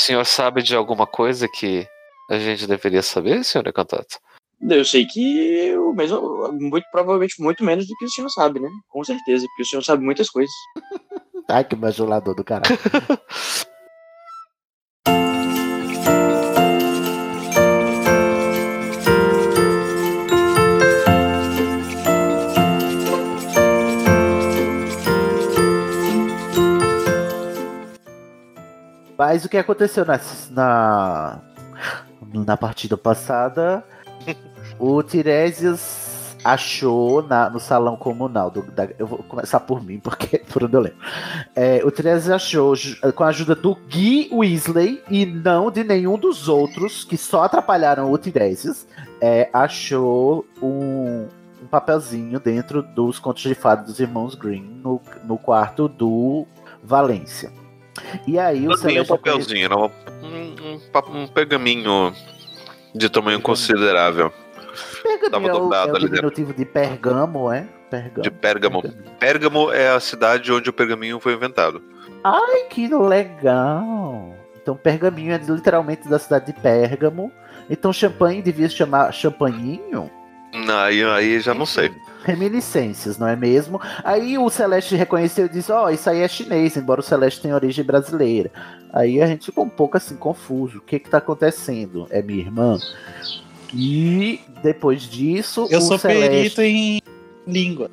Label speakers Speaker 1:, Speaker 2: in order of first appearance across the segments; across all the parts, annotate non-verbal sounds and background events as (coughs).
Speaker 1: O senhor sabe de alguma coisa que a gente deveria saber, senhor Encantato?
Speaker 2: Eu sei que o mesmo, muito provavelmente muito menos do que o senhor sabe, né? Com certeza, porque o senhor sabe muitas coisas.
Speaker 3: Ai, que bajulador do caralho. Mas o que aconteceu na, na, na partida passada? o Tiresias achou na, no salão comunal. Do, da, eu vou começar por mim, porque (laughs) por onde eu lembro. É, o Tiresias achou ju- com a ajuda do Gui Weasley e não de nenhum dos outros que só atrapalharam o Tiresias. é, achou um, um papelzinho dentro dos contos de fada dos irmãos Green no, no quarto do Valência. E aí o
Speaker 1: Não tem um
Speaker 3: Celeste acreditou-
Speaker 1: papelzinho, era uma- um, um pa- um pergaminho de tamanho
Speaker 3: Então.
Speaker 1: considerável.
Speaker 3: Pergaminho
Speaker 1: Tava
Speaker 3: é o-
Speaker 1: dobrado
Speaker 3: é o
Speaker 1: ali dentro.
Speaker 3: diminutivo de Pergamo, é? Pergamo.
Speaker 1: De Pérgamo.
Speaker 3: Então.
Speaker 1: Pérgamo é a cidade onde o pergaminho foi inventado.
Speaker 3: Ai, que legal! Então, Pergaminho é literalmente da cidade de Pérgamo. Então, champanhe devia se chamar champanhinho?
Speaker 1: Aí, aí já não sei.
Speaker 3: Então. Reminiscências, não é mesmo? Aí o Celeste reconheceu e disse: Ó, isso aí é chinês, embora o Celeste tenha origem brasileira. Aí a gente ficou um pouco assim confuso: o que que tá acontecendo? É minha irmã? E depois disso,
Speaker 4: Eu
Speaker 3: o
Speaker 4: sou
Speaker 3: Celeste.
Speaker 4: perito em língua.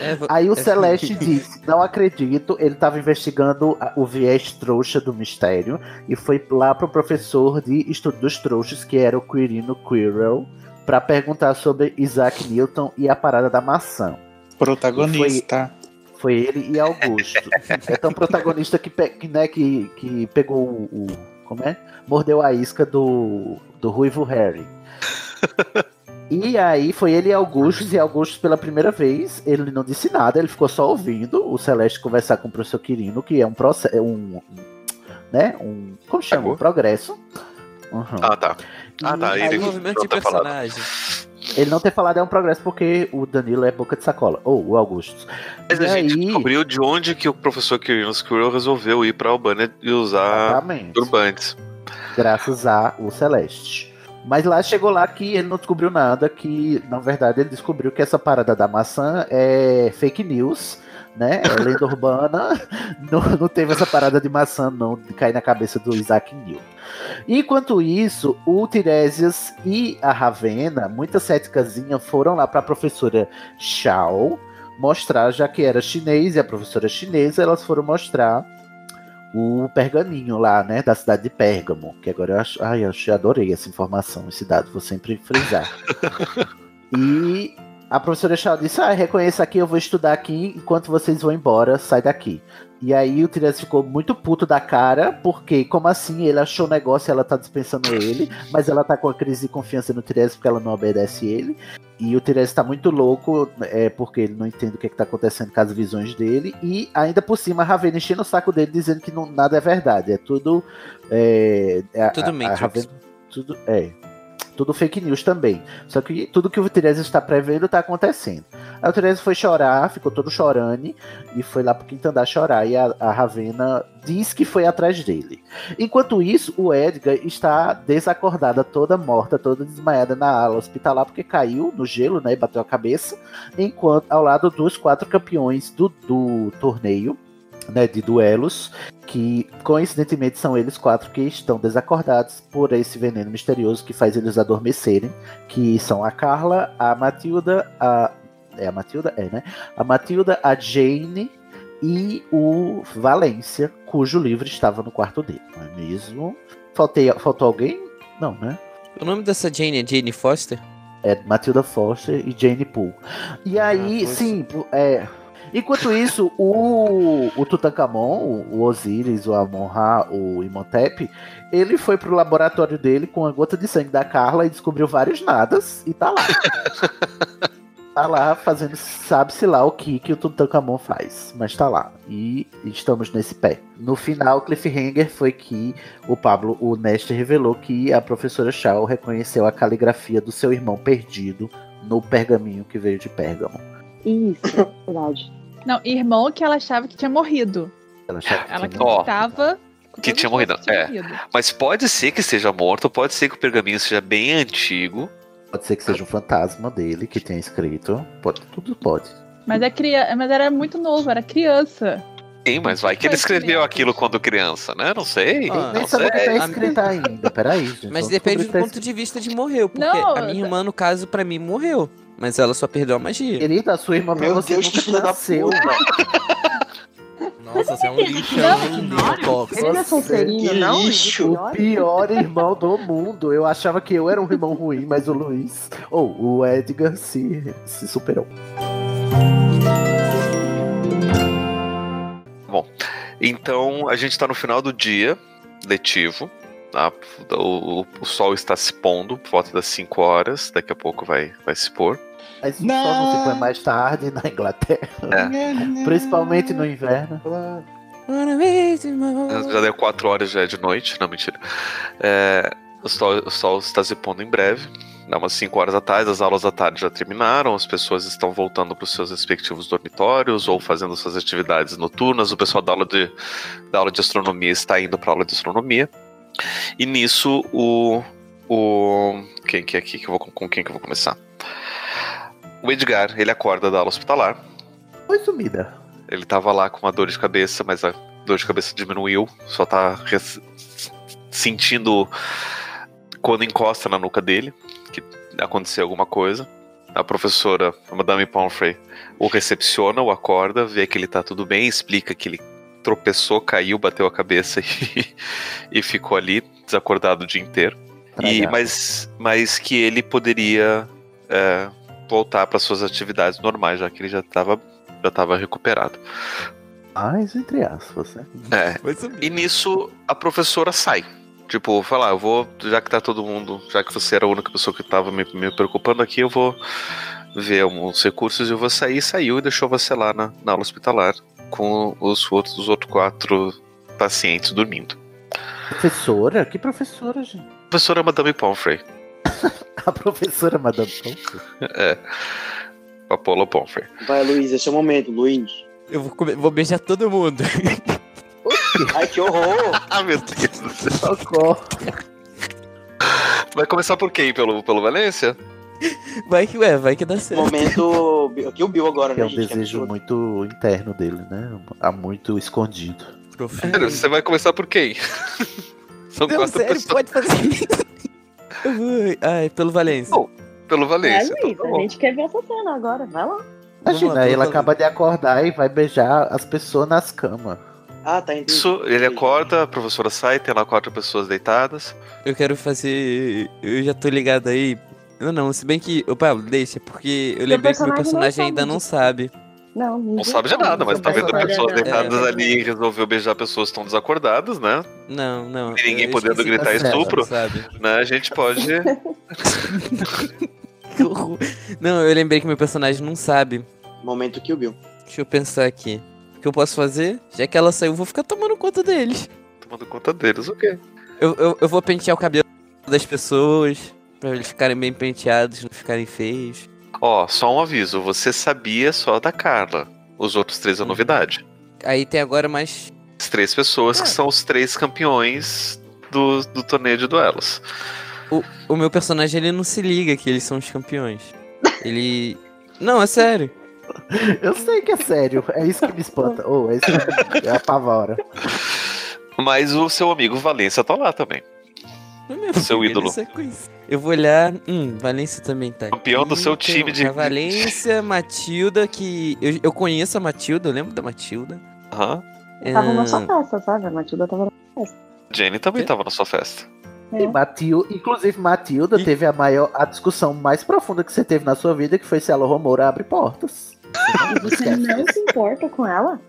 Speaker 3: É, Aí o (laughs) Celeste disse: Não acredito, ele estava investigando a- o viés trouxa do mistério e foi lá pro professor de estudo dos trouxas, que era o Quirino Quirrell, para perguntar sobre Isaac Newton e a parada da maçã.
Speaker 4: Protagonista.
Speaker 3: Foi ele
Speaker 1: (laughs)
Speaker 3: e Augusto. É tão protagonista que, pe- que, né, que, que pegou o, o- Como é? Mordeu a isca do, do
Speaker 1: (laughs)
Speaker 3: Ruivo Harry. E aí foi ele e Augusto, e Augusto pela primeira vez, ele não disse nada, ele ficou só ouvindo o Celeste conversar com o professor Quirino, que é um processo, um, um, né, um, como chama?
Speaker 1: Agora?
Speaker 3: Um progresso. Uhum.
Speaker 1: Ah, tá. Ah, tá,
Speaker 3: E
Speaker 1: ele-
Speaker 3: aí-
Speaker 5: Desenvolvimento de
Speaker 1: Pronto, tá falado.
Speaker 5: personagem.
Speaker 3: ele não ter falado é um progresso porque o Danilo é boca de sacola, ou o Augusto.
Speaker 1: Mas
Speaker 3: E
Speaker 1: a gente
Speaker 3: aí-
Speaker 1: descobriu de onde que o professor Quirino Squirrel resolveu ir pra Albânia e usar
Speaker 3: Exatamente.
Speaker 1: turbantes.
Speaker 3: graças a o Celeste. Mas lá chegou lá que ele não descobriu nada, que na verdade ele descobriu que essa parada da maçã é fake news, né? É lenda urbana. Não, não teve essa parada de maçã, não, de cair na cabeça do Isaac Newton. Enquanto isso, o Tiresias e a Ravena, muita céticazinha, foram lá para a professora Chao mostrar, já que era chinês e a professora chinesa, elas foram mostrar o pergaminho lá, né, da cidade de Pérgamo, que agora eu acho, ai, eu achei- adorei essa informação, esse dado, vou sempre frisar. e a professora Shaw disse, ah, reconheça aqui, eu vou estudar aqui, enquanto vocês vão embora, sai daqui. E aí o Tiresias ficou muito puto da cara, porque, como assim, ele achou o negócio e ela tá dispensando ele, mas ela tá com a crise de confiança no Tiresias porque ela não obedece ele. E o Tiresias tá muito louco, é, porque ele não entende o que, é que tá acontecendo com as visões dele. E ainda por cima, a Ravena enchendo o saco dele, dizendo que não, nada é verdade. É tudo. É, é a-
Speaker 5: Tudo
Speaker 3: a- a
Speaker 5: Matrix.
Speaker 3: Ravena- tudo, é. Tudo fake news também. Só que tudo que o Tiresias está prevendo tá acontecendo. Aí o Tiresias foi chorar, ficou todo chorando e foi lá pro quinto andar chorar. E a, a Ravena diz que foi atrás dele. Enquanto isso, o Edgar está desacordada, toda morta, toda desmaiada na ala hospitalar, porque caiu no gelo, né? E bateu a cabeça. Enquanto ao lado dos quatro campeões do, do torneio, né? De duelos. Que coincidentemente são eles quatro que estão desacordados por esse veneno misterioso que faz eles adormecerem. Que são a Carla, a Matilda, a. É a Matilda? É, né? A Matilda, a Jane e o Valência, cujo livro estava no quarto dele, não é mesmo? Faltei, faltou alguém? Não, né?
Speaker 5: O nome dessa Jane é Jane Foster?
Speaker 3: É Matilda Foster e Jane Poole. E aí,
Speaker 5: pois.
Speaker 3: sim, po- é. Enquanto isso, o, o Tutankhamon, o- o Osiris, o Amon-Ra, o Imhotep, ele foi pro laboratório dele com a gota de sangue da Carla e descobriu vários nadas e tá lá. tá lá fazendo sabe-se lá o que que o Tutankhamon faz, mas tá lá. E estamos nesse pé. No final, o cliffhanger foi que o Pablo, o Neste revelou que a professora Shaw reconheceu a caligrafia do seu irmão perdido no pergaminho que veio de Pérgamo.
Speaker 6: Isso,
Speaker 7: é
Speaker 6: verdade.
Speaker 1: (coughs)
Speaker 8: Não, irmão que ela achava que tinha morrido.
Speaker 3: Ela achava que
Speaker 8: Ela
Speaker 3: tinha morrido.
Speaker 8: acreditava
Speaker 1: Que tinha morrido, é. Mas pode ser que esteja morto, pode ser que o pergaminho seja bem antigo.
Speaker 3: Pode ser que seja um fantasma dele que tenha escrito. Pode, tudo pode.
Speaker 6: Mas, é cria... Mas era muito novo, era criança.
Speaker 1: Sim, mas vai que ele escreveu aquilo quando criança, né? Não sei.
Speaker 5: Ah,
Speaker 3: Nem
Speaker 1: não
Speaker 3: sabe o que
Speaker 1: sei.
Speaker 3: tá escrito ainda. Peraí, gente.
Speaker 5: Mas
Speaker 3: vamos
Speaker 5: depende do
Speaker 3: descobrir o
Speaker 5: ponto de vista de morreu, porque
Speaker 6: Não,
Speaker 5: a minha irmã, no caso, pra mim, morreu. Mas ela só perdeu a magia.
Speaker 3: Querida, a sua irmã
Speaker 2: Meu
Speaker 3: você
Speaker 2: Deus, que
Speaker 3: nunca
Speaker 2: filha da
Speaker 3: nasceu.
Speaker 2: puta.
Speaker 8: Nossa, você é um lixo,
Speaker 6: Não,
Speaker 8: um
Speaker 3: Ele
Speaker 8: tóxico.
Speaker 3: não é solteirinho,
Speaker 2: Que não? lixo.
Speaker 3: O pior irmão do mundo. Eu achava que eu era um irmão ruim, mas o Luiz, ou o Edgar, se, se superou.
Speaker 1: Então a gente tá no final do dia letivo. tá? O, o- o sol está se pondo por volta das 5 horas. Daqui a pouco vai, vai se pôr.
Speaker 3: Mas só
Speaker 4: Não.
Speaker 3: não se põe mais tarde na Inglaterra, É.
Speaker 4: É.
Speaker 3: principalmente no inverno.
Speaker 1: Já deu 4 horas, já é de noite. Não, mentira. É, o, sol, o sol está se pondo em breve. Dá umas 5 horas da tarde, as aulas da tarde já terminaram, as pessoas estão voltando para os seus respectivos dormitórios ou fazendo suas atividades noturnas. O pessoal da aula de, da aula de astronomia está indo para aula de astronomia. E nisso, o. o quem que é aqui? Que eu vou, com- com quem que eu vou começar? O Edgar, ele acorda da aula hospitalar.
Speaker 3: Foi sumida.
Speaker 1: Ele tava lá com uma dor de cabeça, mas a dor de cabeça diminuiu. Só tá res- sentindo quando encosta na nuca dele que aconteceu alguma coisa. A professora, a Madame Pomfrey, o recepciona, o acorda, vê que ele tá tudo bem, explica que ele tropeçou, caiu, bateu a cabeça (laughs) e, e ficou ali desacordado o dia inteiro. E,
Speaker 3: Tragado.
Speaker 1: mas, mas que ele poderia é, voltar para suas atividades normais, já que ele já estava já tava recuperado.
Speaker 3: Mas entre aspas, né?
Speaker 1: É, e nisso a professora sai. Tipo, falar, eu vou, já que tá todo mundo, já que você era a única pessoa que tava me, me preocupando aqui, eu vou ver uns recursos e eu vou sair. Saiu e deixou você lá na, na aula hospitalar com os outros, os outros quatro pacientes dormindo.
Speaker 3: Professora? Que professora, gente? (laughs)
Speaker 1: A professora é Madame Pomfrey.
Speaker 3: A professora Madame Pomfrey.
Speaker 1: Papola Pomfrey.
Speaker 2: Vai, Luiz, esse é o momento, Luiz.
Speaker 5: Eu vou, comer- vou beijar todo mundo. (laughs)
Speaker 2: Ai, que
Speaker 1: (laughs)
Speaker 2: horror!
Speaker 1: Ah, meu Deus do céu.
Speaker 3: Socorro.
Speaker 1: Vai começar por quem? Pelo, pelo Valência?
Speaker 5: Vai que, ué, vai que dá certo.
Speaker 2: momento. Aqui o Bill agora,
Speaker 3: Que é
Speaker 2: né?
Speaker 3: um
Speaker 2: gente?
Speaker 3: desejo
Speaker 2: absurdo.
Speaker 3: muito interno dele, né? Há muito escondido.
Speaker 1: Sério, Você vai começar por quem? (laughs) São
Speaker 5: Não,
Speaker 1: quatro
Speaker 5: sério,
Speaker 1: pessoas
Speaker 5: pode fazer isso. Eu vou- Ai, pelo Valência.
Speaker 1: Não, pelo
Speaker 7: Vai,
Speaker 1: Valência.
Speaker 7: Luiz,
Speaker 1: Então,
Speaker 7: é
Speaker 1: tá
Speaker 7: a
Speaker 1: bom.
Speaker 7: gente quer ver essa cena agora. Vai lá.
Speaker 5: Vamos lá,
Speaker 3: Imagina, ele
Speaker 5: pelo
Speaker 3: acaba de acordar e vai beijar as pessoas nas camas.
Speaker 2: Ah, tá, entendi.
Speaker 1: Isso, ele acorda, a professora sai, tem lá quatro pessoas deitadas.
Speaker 5: Eu quero fazer. Eu já tô ligado aí. Eu não, se bem que. Ô, Pablo, deixa, porque eu lembrei que meu personagem
Speaker 7: personagem
Speaker 5: ainda não é
Speaker 7: não
Speaker 5: sabe.
Speaker 7: Não,
Speaker 1: Não sabe de nada, mas tá
Speaker 9: Uhum.
Speaker 1: vendo
Speaker 9: É.
Speaker 1: pessoas deitadas
Speaker 7: É.
Speaker 1: ali e resolveu beijar pessoas que estão desacordadas, né?
Speaker 5: Não, não.
Speaker 1: E ninguém
Speaker 5: eu
Speaker 1: podendo
Speaker 5: esqueci
Speaker 1: gritar
Speaker 5: que eu tava,
Speaker 1: estupro?
Speaker 5: Sabe?
Speaker 1: né? A gente pode.
Speaker 5: (laughs) Que horror. Não, eu lembrei que meu personagem não sabe.
Speaker 2: Momento Kill Bill.
Speaker 5: Deixa eu pensar aqui. O que eu posso fazer? Já que ela saiu, eu vou ficar tomando conta deles.
Speaker 1: tomando conta deles, ok.
Speaker 5: Eu, eu, eu vou pentear o cabelo das pessoas. Pra eles ficarem bem penteados, não ficarem feios.
Speaker 1: Ó, só um aviso: você sabia só da Carla. Os outros três é
Speaker 5: Uhum.
Speaker 1: novidade.
Speaker 5: Aí tem agora mais.
Speaker 1: As três pessoas que
Speaker 5: É.
Speaker 1: são os três campeões do, do torneio de duelos.
Speaker 5: O meu personagem, ele não se liga que eles são os campeões. Ele. Não, é sério.
Speaker 3: Eu sei que é sério, é isso que me espanta. Ou é isso que me apavora.
Speaker 1: Mas o seu amigo Valência tá lá também.
Speaker 5: Não é mesmo,
Speaker 1: Seu
Speaker 5: ele
Speaker 1: ídolo.
Speaker 5: só conhece. Eu vou olhar. Hum, Valência também tá.
Speaker 1: Campeão do
Speaker 5: aqui.
Speaker 1: seu time
Speaker 5: Tem
Speaker 1: de-
Speaker 5: a Valência, Matilda, que. Eu, eu conheço a Matilda, eu lembro da Matilda.
Speaker 1: Aham.
Speaker 7: Tava na sua
Speaker 5: Ahn,
Speaker 7: festa, sabe? A Matilda tava na
Speaker 1: Jenny também
Speaker 5: Quê?
Speaker 1: tava na sua festa.
Speaker 3: E
Speaker 7: É.
Speaker 3: Matilda, inclusive Matilda
Speaker 5: E-
Speaker 3: teve a maior, a discussão mais profunda que você teve na sua vida, que foi se a Alô Moura abre portas.
Speaker 7: (laughs) Você não se importa com ela?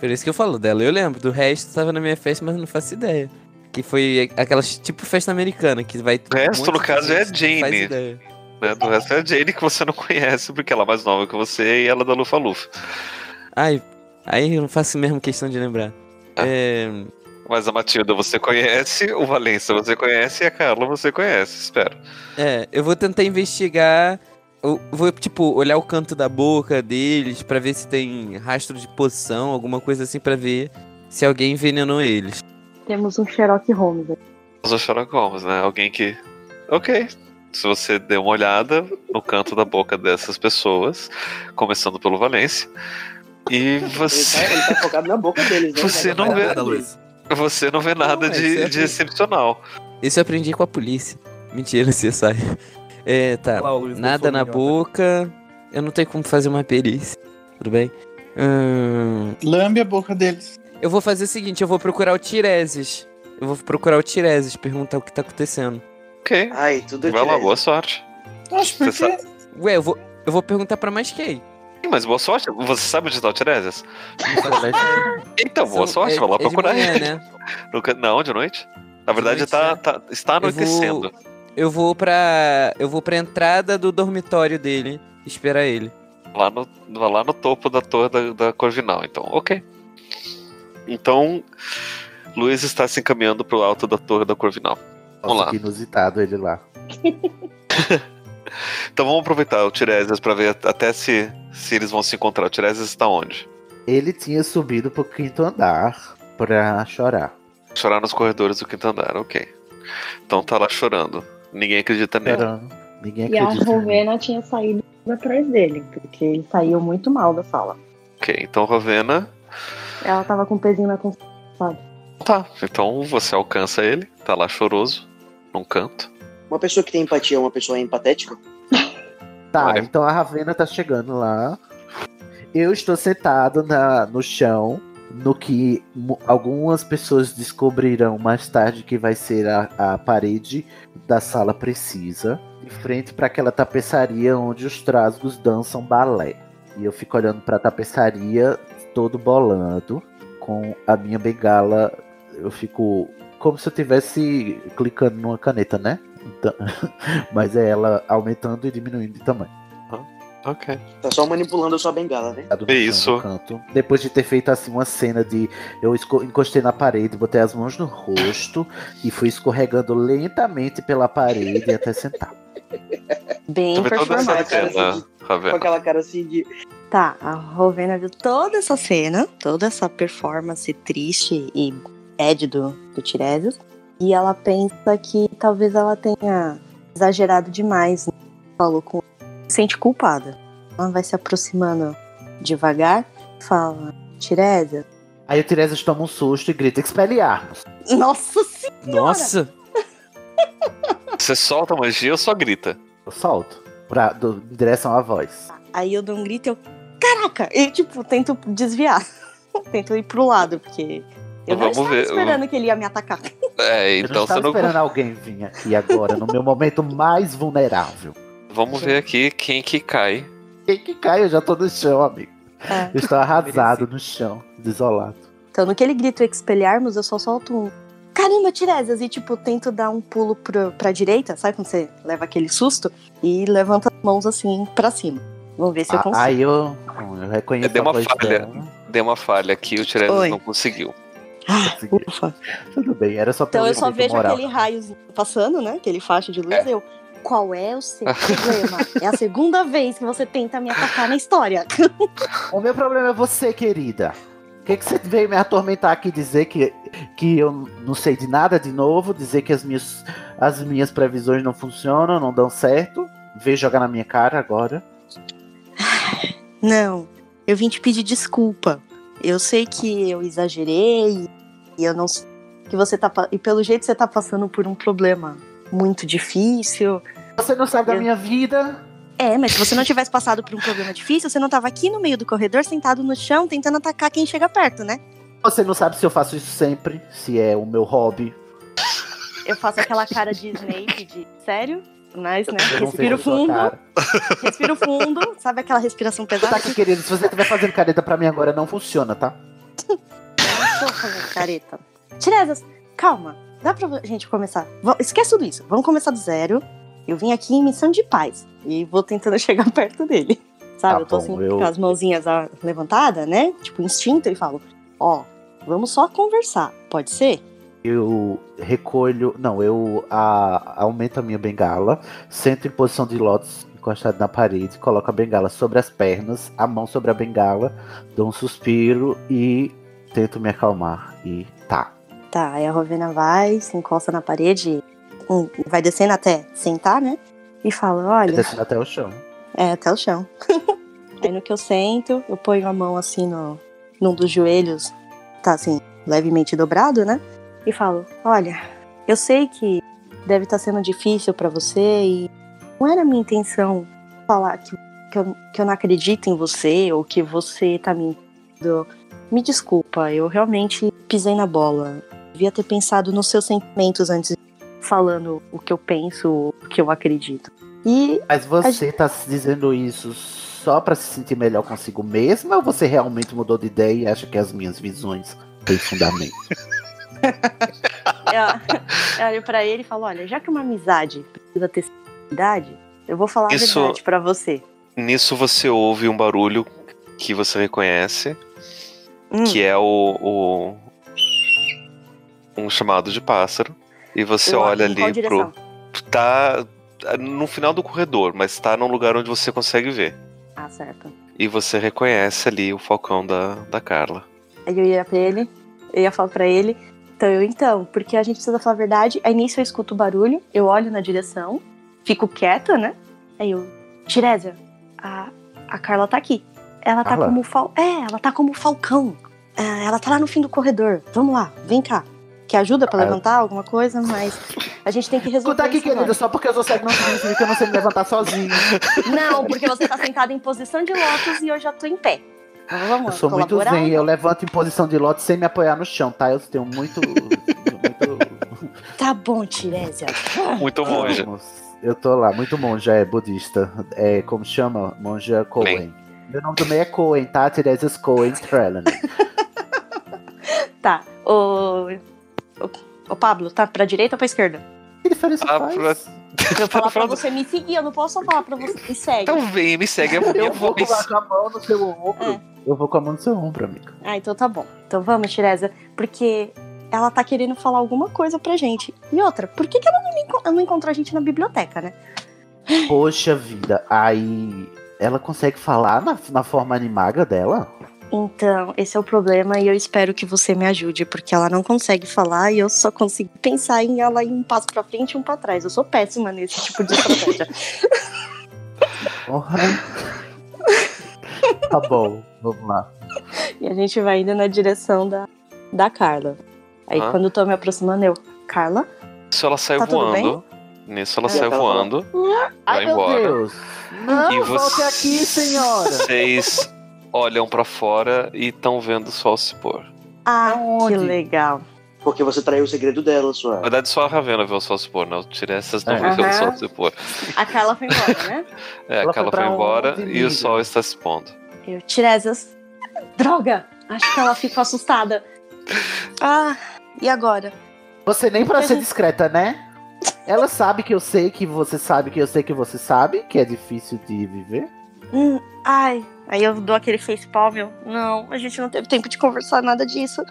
Speaker 5: Por isso que eu falo dela. Eu lembro. Do resto tava na minha festa, mas não faço ideia. Que foi aquela tipo festa americana que vai.
Speaker 1: O resto,
Speaker 5: um monte
Speaker 1: no
Speaker 5: de
Speaker 1: caso, é a
Speaker 5: gente, não faz
Speaker 1: Jane.
Speaker 5: ideia.
Speaker 1: Né? Do resto é a Jane que você não conhece, porque ela é mais nova que você e ela é da Lufa Lufa.
Speaker 5: Ai, aí eu não faço mesmo questão de lembrar.
Speaker 1: Ah.
Speaker 5: É,
Speaker 1: Mas a Matilda você conhece, o Valença você conhece e a Carla você conhece, espero.
Speaker 5: é, eu vou tentar investigar. Eu vou, tipo, olhar o canto da boca deles pra ver se tem rastro de poção, alguma coisa assim, pra ver se alguém envenenou eles.
Speaker 7: Temos um Sherlock Holmes aqui.
Speaker 1: Mas o Sherlock Holmes, né? Alguém que. Ok. Se você der uma olhada no canto da boca dessas pessoas, começando pelo Valência, e
Speaker 2: Ele
Speaker 5: (laughs)
Speaker 2: tá,
Speaker 1: você,
Speaker 2: ele tá focado na boca deles, né?
Speaker 1: Você
Speaker 2: Ele
Speaker 1: não
Speaker 2: tá
Speaker 1: vê-
Speaker 2: focado neles.
Speaker 8: Luiz.
Speaker 1: você não vê nada
Speaker 5: Não, é assim.
Speaker 1: de,
Speaker 5: exceto-
Speaker 1: de excepcional.
Speaker 5: Isso eu aprendi com a polícia. Mentira, você sai. É, tá.
Speaker 8: Olha lá, o Luiz
Speaker 5: Nada
Speaker 8: gostou
Speaker 5: na
Speaker 3: né?
Speaker 8: do
Speaker 5: boca. Eu não tenho como fazer uma perícia. Tudo bem? Hum,
Speaker 4: Lambe a boca deles.
Speaker 5: eu vou fazer o seguinte, eu vou procurar o Tireses. Eu vou procurar o Tireses, perguntar o que tá acontecendo.
Speaker 1: Ok.
Speaker 2: Ai, tudo
Speaker 1: Vai lá,
Speaker 2: direito.
Speaker 1: boa sorte.
Speaker 4: Acho por
Speaker 1: Você
Speaker 4: quê?
Speaker 5: Ué, eu vou, eu vou perguntar pra mais quem?
Speaker 1: Ih, Mas boa sorte, você sabe onde tá o Tiresias?
Speaker 3: tá
Speaker 5: né?
Speaker 1: Então, boa
Speaker 5: São-
Speaker 1: sorte,
Speaker 5: é-
Speaker 1: vai lá
Speaker 5: é de
Speaker 1: procurar
Speaker 5: manhã,
Speaker 1: ele.
Speaker 5: né?
Speaker 1: No can- Não, de noite. Na verdade,
Speaker 5: noite,
Speaker 1: tá,
Speaker 5: né?
Speaker 1: tá- está
Speaker 5: vou-
Speaker 1: anoitecendo.
Speaker 5: Eu vou pra. Eu vou pra entrada do dormitório dele. Esperar ele.
Speaker 1: Lá, no, lá no topo da torre da, da Corvinal. Então, ok. Então, Luiz está se encaminhando pro alto da torre da Corvinal. Vamos lá.
Speaker 3: Nossa, que é inusitado ele lá.
Speaker 1: Então vamos aproveitar o Tiresias para ver até se, se eles vão se encontrar. O Tiresias está onde?
Speaker 3: Ele tinha subido pro quinto andar pra chorar.
Speaker 1: Chorar nos corredores do quinto andar, ok. Então tá lá chorando. Ninguém acredita nele.
Speaker 3: Chorando. Ninguém
Speaker 7: E a
Speaker 3: acredita. em mim.
Speaker 7: Rovena tinha saído atrás dele, porque ele saiu muito mal da sala.
Speaker 1: Ok, então Rovena.
Speaker 7: Ela tava com um pezinho na consciência.
Speaker 1: Tá, então você alcança ele, tá lá choroso, num canto.
Speaker 2: Uma pessoa que tem empatia é uma pessoa empatética?
Speaker 3: Tá,
Speaker 1: Olha.
Speaker 3: então a Ravena tá chegando lá. Eu estou sentado na, no chão, no que mu- algumas pessoas descobrirão mais tarde que vai ser a, a parede da sala precisa, em frente para aquela tapeçaria onde os trasgos dançam balé. E eu fico olhando para a tapeçaria, todo bolando, com a minha bengala. Eu fico como se eu estivesse clicando numa caneta, né? Então- mas é ela aumentando e diminuindo de tamanho.
Speaker 1: Ok.
Speaker 2: Tá só manipulando a sua bengala, né?
Speaker 3: Tá do
Speaker 1: Que
Speaker 3: meu
Speaker 1: isso?
Speaker 3: canto, canto. Depois de ter feito assim uma cena de eu esco- encostei na parede, botei as mãos no rosto e fui escorregando lentamente pela parede até sentar.
Speaker 9: Bem
Speaker 1: Tu vê toda essa
Speaker 9: performático.
Speaker 2: cara,
Speaker 1: cena,
Speaker 2: assim, Com
Speaker 1: Ravena.
Speaker 2: aquela cara assim de.
Speaker 9: Tá, a Rovena viu toda essa cena, toda essa performance triste e bad do, do Tiresias. E ela pensa que talvez ela tenha exagerado demais. Né? Falou com. Se sente culpada. Ela vai se aproximando devagar fala: Tiresias,
Speaker 3: Aí o Tiresias toma um susto e grita: Expeliarmos!
Speaker 9: nossa senhora!
Speaker 5: Nossa!
Speaker 1: Você solta a magia ou só grita?
Speaker 3: Eu solto pra, do- em direção à voz.
Speaker 9: Aí eu dou um grito e eu. Caraca! E tipo, tento desviar. (laughs) tento ir pro lado, porque. Eu não
Speaker 1: Vamos
Speaker 9: estava
Speaker 1: ver,
Speaker 9: esperando que ele ia me atacar.
Speaker 1: É,
Speaker 3: eu não
Speaker 1: então você
Speaker 3: estava
Speaker 1: não.
Speaker 3: esperando alguém vir aqui agora, no meu momento mais vulnerável.
Speaker 1: Vamos ver aqui quem que cai.
Speaker 3: Quem que cai? Eu já tô no chão, amigo.
Speaker 9: É.
Speaker 3: Eu estou arrasado no chão, desolado.
Speaker 9: Então, no que ele grita expelharmos, eu só solto um. Caramba, Tiresias! E tipo, tento dar um pulo pro, pra direita, sabe quando você leva aquele susto? E levanta as mãos assim pra cima. Vamos ver se eu
Speaker 3: Ah,
Speaker 9: consigo.
Speaker 3: Aí eu, eu reconheço
Speaker 1: Deu
Speaker 3: a
Speaker 1: uma
Speaker 3: voz
Speaker 1: falha.
Speaker 3: dela.
Speaker 1: Deu uma falha aqui, o Tiresias
Speaker 9: Oi.
Speaker 1: não conseguiu.
Speaker 9: Ah,
Speaker 3: consegui.
Speaker 9: ufa.
Speaker 3: assim, Tudo bem, era só pra
Speaker 9: Então eu
Speaker 3: eu
Speaker 9: só
Speaker 3: ver
Speaker 9: vejo
Speaker 3: moral.
Speaker 9: aquele raiozinho passando, né? Aquele faixa de luz. e Eu, qual é o seu problema? é a segunda vez que você tenta me atacar
Speaker 3: (laughs)
Speaker 9: na história.
Speaker 3: O meu problema é você, querida. O que, que você veio me atormentar aqui dizer que, que eu não sei de nada de novo, dizer que as minhas, as minhas previsões não funcionam, não dão certo? Veio jogar na minha cara agora.
Speaker 9: Não, eu vim te pedir desculpa. Eu sei que eu exagerei e eu não sei que você tá pa- e pelo jeito você tá passando por um problema muito difícil.
Speaker 3: Você não sabe da
Speaker 9: Eu-
Speaker 3: minha vida?
Speaker 9: É, mas se você não tivesse passado por um problema difícil, você não tava aqui no meio do corredor sentado no chão tentando atacar quem chega perto, né?
Speaker 3: Você não sabe se eu faço isso sempre, se é o meu hobby.
Speaker 9: Eu faço aquela cara de Snape de sério, mas né,
Speaker 3: Eu não
Speaker 9: respiro
Speaker 3: vejo sua
Speaker 9: fundo,
Speaker 3: cara.
Speaker 9: respiro fundo, sabe aquela respiração
Speaker 3: Tá
Speaker 9: pesada?
Speaker 3: aqui, querido, se você estiver fazendo careta pra mim agora, não funciona, tá?
Speaker 9: Tô fazendo careta. Tiresias, calma. Dá pra gente começar. Va- Esquece tudo isso. Vamos começar do zero. Eu vim aqui em missão de paz. E vou tentando (laughs) chegar perto dele. Sabe?
Speaker 3: Tá
Speaker 9: eu tô
Speaker 3: bom,
Speaker 9: assim
Speaker 3: eu-
Speaker 9: com as mãozinhas ah, levantadas, né? Tipo, instinto. E falo: Ó, vamos só conversar. Pode ser?
Speaker 3: Eu recolho. Não, eu a- aumento a minha bengala, sento em posição de lótus, encostado na parede, coloco a bengala sobre as pernas, a mão sobre a bengala, dou um suspiro e tento me acalmar. E tá.
Speaker 9: Tá, aí a Rovena vai, se encosta na parede, hum, vai descendo até sentar, né? E fala, olha,
Speaker 3: Tá Descendo até o chão.
Speaker 9: é até o chão. (laughs) aí no que eu sento, eu ponho a mão assim no, num dos joelhos, tá assim, levemente dobrado, né? E falo, olha, eu sei que deve estar sendo difícil pra você e não era minha intenção falar que, que, eu, que eu não acredito em você ou que você tá me me desculpa, eu realmente pisei na bola. Devia ter pensado nos seus sentimentos antes de falando o que eu penso, o que eu acredito. E
Speaker 3: Mas você tá dizendo isso só pra se sentir melhor consigo mesma ou você realmente mudou de ideia e acha que as minhas visões têm fundamento?
Speaker 9: eu, eu olho pra ele e falo: olha, já que uma amizade precisa ter sinceridade, eu vou falar
Speaker 1: Isso-
Speaker 9: a verdade pra você.
Speaker 1: Nisso você ouve um barulho que você reconhece,
Speaker 9: Hum,
Speaker 1: que é o, o- um chamado de pássaro. E você
Speaker 9: eu olho
Speaker 1: olha
Speaker 9: em qual
Speaker 1: ali
Speaker 9: direção?
Speaker 1: pro. Tá no final do corredor, mas tá num lugar onde você consegue ver.
Speaker 9: Ah, certo.
Speaker 1: E você reconhece ali o falcão da, da Carla.
Speaker 9: Aí eu ia pra ele, eu ia falar pra ele. Então eu, então, porque a gente precisa falar a verdade. Aí nisso eu escuto o barulho, eu olho na direção, fico quieta, né? Aí eu, Tiresa, a, a Carla tá aqui. Ela tá
Speaker 3: Carla?
Speaker 9: como fal... É, ela tá como falcão. É, ela tá lá no fim do corredor. Vamos lá, vem cá. Que ajuda pra
Speaker 3: Ah.
Speaker 9: levantar alguma coisa, mas a gente tem que resolver.
Speaker 3: Escuta aqui,
Speaker 9: isso né? agora.
Speaker 3: querida, só porque eu sou cego não significa que eu não sei me levantar sozinho.
Speaker 9: Não, porque você tá sentada em posição de lótus e eu já tô em pé. Então, vamos
Speaker 3: Eu sou muito
Speaker 9: colaborar. então.
Speaker 3: zen, eu levanto em posição de lote sem me apoiar no chão, tá? Eu tenho muito. (laughs) muito
Speaker 9: Tá bom, Tirésia.
Speaker 1: Muito longe.
Speaker 3: eu tô lá, muito monja, é budista. É, como chama? Monja Cohen. Meu nome também é Cohen, tá? Tiresias Cohen
Speaker 9: (laughs)
Speaker 3: Trellan.
Speaker 9: Tá. O, o, o Pablo, tá pra direita ou pra esquerda?
Speaker 3: Que diferença
Speaker 1: Ah,
Speaker 3: faz?
Speaker 1: pra-
Speaker 9: Eu falar pra você me seguir, eu não posso só falar pra você. Me segue.
Speaker 1: Então vem, me segue, é a minha
Speaker 3: Eu vou
Speaker 1: voz.
Speaker 3: colocar a mão no seu ombro.
Speaker 9: É.
Speaker 3: Eu vou com a mão no seu ombro, amiga.
Speaker 9: Ah, então tá bom. Então vamos, Tiresa. Porque ela tá querendo falar alguma coisa pra gente. E outra, por que, que ela não, me enco- não encontrou a gente na biblioteca, né?
Speaker 3: Poxa vida, aí. Ela consegue falar na, na forma animaga dela?
Speaker 9: Então, esse é o problema e eu espero que você me ajude, porque ela não consegue falar e eu só consigo pensar em ela ir um passo pra frente e um pra trás. Eu sou péssima nesse tipo de (laughs) estratégia. (laughs)
Speaker 3: Porra. tá bom, vamos lá.
Speaker 9: E a gente vai indo na direção da, da Carla. Aí
Speaker 1: Ah.
Speaker 9: quando eu tô me aproximando, eu. Carla?
Speaker 1: Nisso ela sai
Speaker 9: Tá tudo
Speaker 1: voando. Nisso ela
Speaker 9: Ah,
Speaker 1: sai
Speaker 2: tá bom.
Speaker 1: voando. Vai
Speaker 3: Ai, meu
Speaker 1: embora.
Speaker 3: Deus. Não,
Speaker 1: e
Speaker 3: volte
Speaker 1: vocês
Speaker 3: aqui, senhora.
Speaker 1: (laughs) olham pra fora e estão vendo o sol se pôr.
Speaker 9: Ah,
Speaker 3: Aonde?
Speaker 9: que legal.
Speaker 2: Porque você traiu o segredo dela, sua.
Speaker 1: Na verdade, só a Ravena viu o sol se pôr, né? Eu tirei essas não
Speaker 3: É.
Speaker 1: viu o
Speaker 9: Aham.
Speaker 1: sol se pôr.
Speaker 9: A Carla foi embora, né?
Speaker 1: (laughs) É,
Speaker 3: Ela
Speaker 1: a Carla
Speaker 3: foi
Speaker 1: foi,
Speaker 3: pra
Speaker 1: embora
Speaker 3: onde,
Speaker 1: e
Speaker 3: amiga?
Speaker 1: o sol está se pondo.
Speaker 9: Eu
Speaker 3: (laughs)
Speaker 9: tirei essas. Droga! Acho que ela ficou assustada. Ah, e agora?
Speaker 3: Você nem pra ser discreta, né? Ela sabe que eu sei que você sabe que eu sei que você sabe que é difícil de viver.
Speaker 9: Hum, ai. Aí eu dou aquele face palm. eu, Não, a gente não teve tempo de conversar nada disso.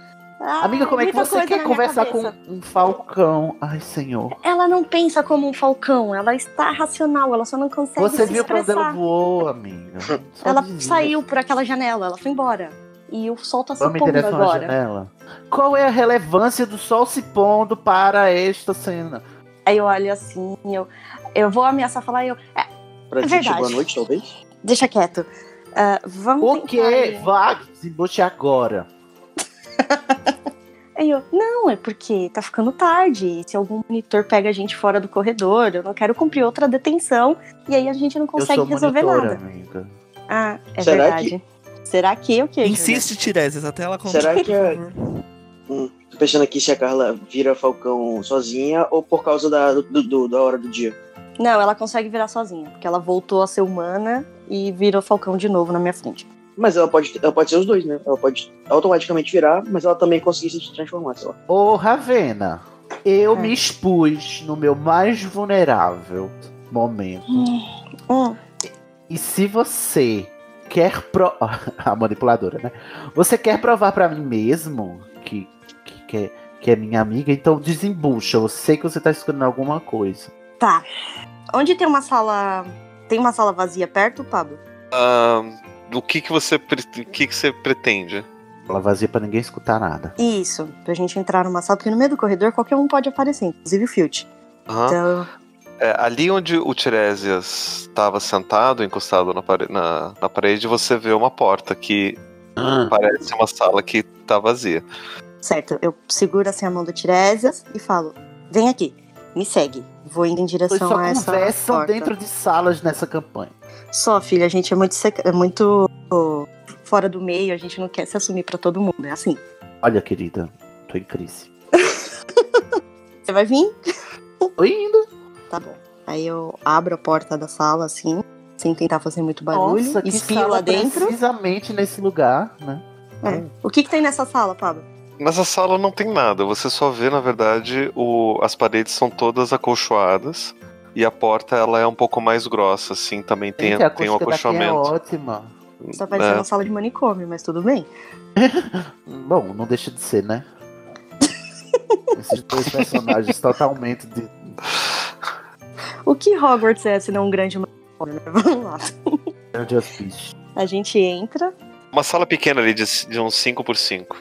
Speaker 9: Ah,
Speaker 3: Amiga, como é que
Speaker 9: muita
Speaker 3: você
Speaker 9: coisa
Speaker 3: quer
Speaker 9: na minha
Speaker 3: conversar com
Speaker 9: cabeça.
Speaker 3: um falcão? Ai, senhor.
Speaker 9: Ela não pensa como um falcão, ela está racional, ela só não consegue
Speaker 3: Você
Speaker 9: se
Speaker 3: viu quando
Speaker 9: expressar.
Speaker 3: ela voou, amiga? Só
Speaker 9: Ela
Speaker 3: desiste.
Speaker 9: saiu por aquela janela, ela foi embora. E o sol tá se
Speaker 3: Vamos em
Speaker 9: pondo
Speaker 3: direção à
Speaker 9: agora.
Speaker 3: janela. Qual é a relevância do sol se pondo para esta cena?
Speaker 9: Aí eu olho assim, eu, eu vou ameaçar falar, eu. "É,
Speaker 2: Pra
Speaker 9: É
Speaker 2: dizer
Speaker 9: verdade.
Speaker 2: boa noite, talvez.
Speaker 9: deixa quieto. Ah, vamos
Speaker 3: O
Speaker 9: tentar
Speaker 3: que?
Speaker 9: aí."
Speaker 3: Vá desembuche agora.
Speaker 9: Aí eu, não, é porque tá ficando tarde. e Se algum monitor pega a gente fora do corredor, eu não quero cumprir outra detenção. E aí a gente não
Speaker 3: Eu
Speaker 9: consegue
Speaker 3: sou
Speaker 9: resolver
Speaker 3: monitora,
Speaker 9: nada.
Speaker 3: amiga.
Speaker 9: Ah, é
Speaker 2: Será
Speaker 9: verdade. Será que o quê?
Speaker 8: Insiste, Tiresias, até ela contar.
Speaker 2: Será que é- Hum,
Speaker 8: por favor.
Speaker 2: Tô pensando aqui se a Carla vira Falcão sozinha ou por causa da, do- do- da hora do dia.
Speaker 9: Juliana? Não, ela consegue virar sozinha, porque ela voltou a ser humana e virou falcão de novo na minha frente.
Speaker 2: Mas ela pode, ela pode ser os dois, né? Ela pode automaticamente virar, mas ela também conseguir se transformar, sei lá.
Speaker 3: Ô, Ravena, eu
Speaker 9: É.
Speaker 3: me expus no meu mais vulnerável momento.
Speaker 9: Hum,
Speaker 3: E se você quer pro... (laughs) a manipuladora, né? Você quer provar pra mim mesmo que, que, que, é, que é minha amiga, então desembucha. Eu sei que você tá escondendo alguma coisa.
Speaker 9: tá. Onde tem uma sala. Tem uma sala vazia perto, Pablo?
Speaker 1: Ah, o que, que, você, pre- o que, que você pretende?
Speaker 3: Ela vazia pra ninguém escutar nada.
Speaker 9: Isso, pra gente entrar numa sala, porque no meio do corredor qualquer um pode aparecer, inclusive o Filt.
Speaker 10: Ah.
Speaker 1: Aham.
Speaker 9: Então,
Speaker 1: É, ali onde o Tiresias estava sentado, encostado na, pare- na- na parede, você vê uma porta que
Speaker 9: Ah.
Speaker 1: parece uma sala que tá vazia.
Speaker 9: certo, eu seguro assim a mão do Tiresias e falo: vem aqui, me segue. Vou indo em
Speaker 3: Vocês
Speaker 9: direção
Speaker 3: só
Speaker 9: a essa.
Speaker 3: conversam
Speaker 9: porta.
Speaker 3: dentro de salas nessa campanha.
Speaker 9: Só, filha, a gente é muito, seca- é muito ô, fora do meio, a gente não quer se assumir pra todo mundo. É assim.
Speaker 3: Olha, querida, tô em crise.
Speaker 9: Você vai vir?
Speaker 3: Tô indo.
Speaker 9: Tá bom. Aí eu abro a porta da sala, assim, sem tentar fazer muito barulho.
Speaker 3: Nossa, que
Speaker 9: espio
Speaker 3: sala
Speaker 9: lá dentro.
Speaker 3: precisamente nesse lugar, né?
Speaker 9: É. O que, que tem nessa sala, Pablo?
Speaker 1: Nessa sala não tem nada, você só vê, na verdade, o- as paredes são todas acolchoadas e a porta ela é um pouco mais grossa, assim, também tem,
Speaker 3: Gente, a
Speaker 1: tem um
Speaker 3: acústica daqui é
Speaker 1: acolchoamento.
Speaker 3: ótima.
Speaker 9: Só parecendo
Speaker 1: É.
Speaker 9: uma sala de manicômio, mas tudo bem.
Speaker 3: Bom, não deixa de ser,
Speaker 1: (laughs)
Speaker 3: né? Esses dois personagens totalmente de.
Speaker 9: O que Hogwarts é se não um grande manicômio? (laughs) né? Vamos lá.
Speaker 3: de hospício.
Speaker 9: A gente entra,
Speaker 1: Uma sala pequena ali de, de uns 5 por 5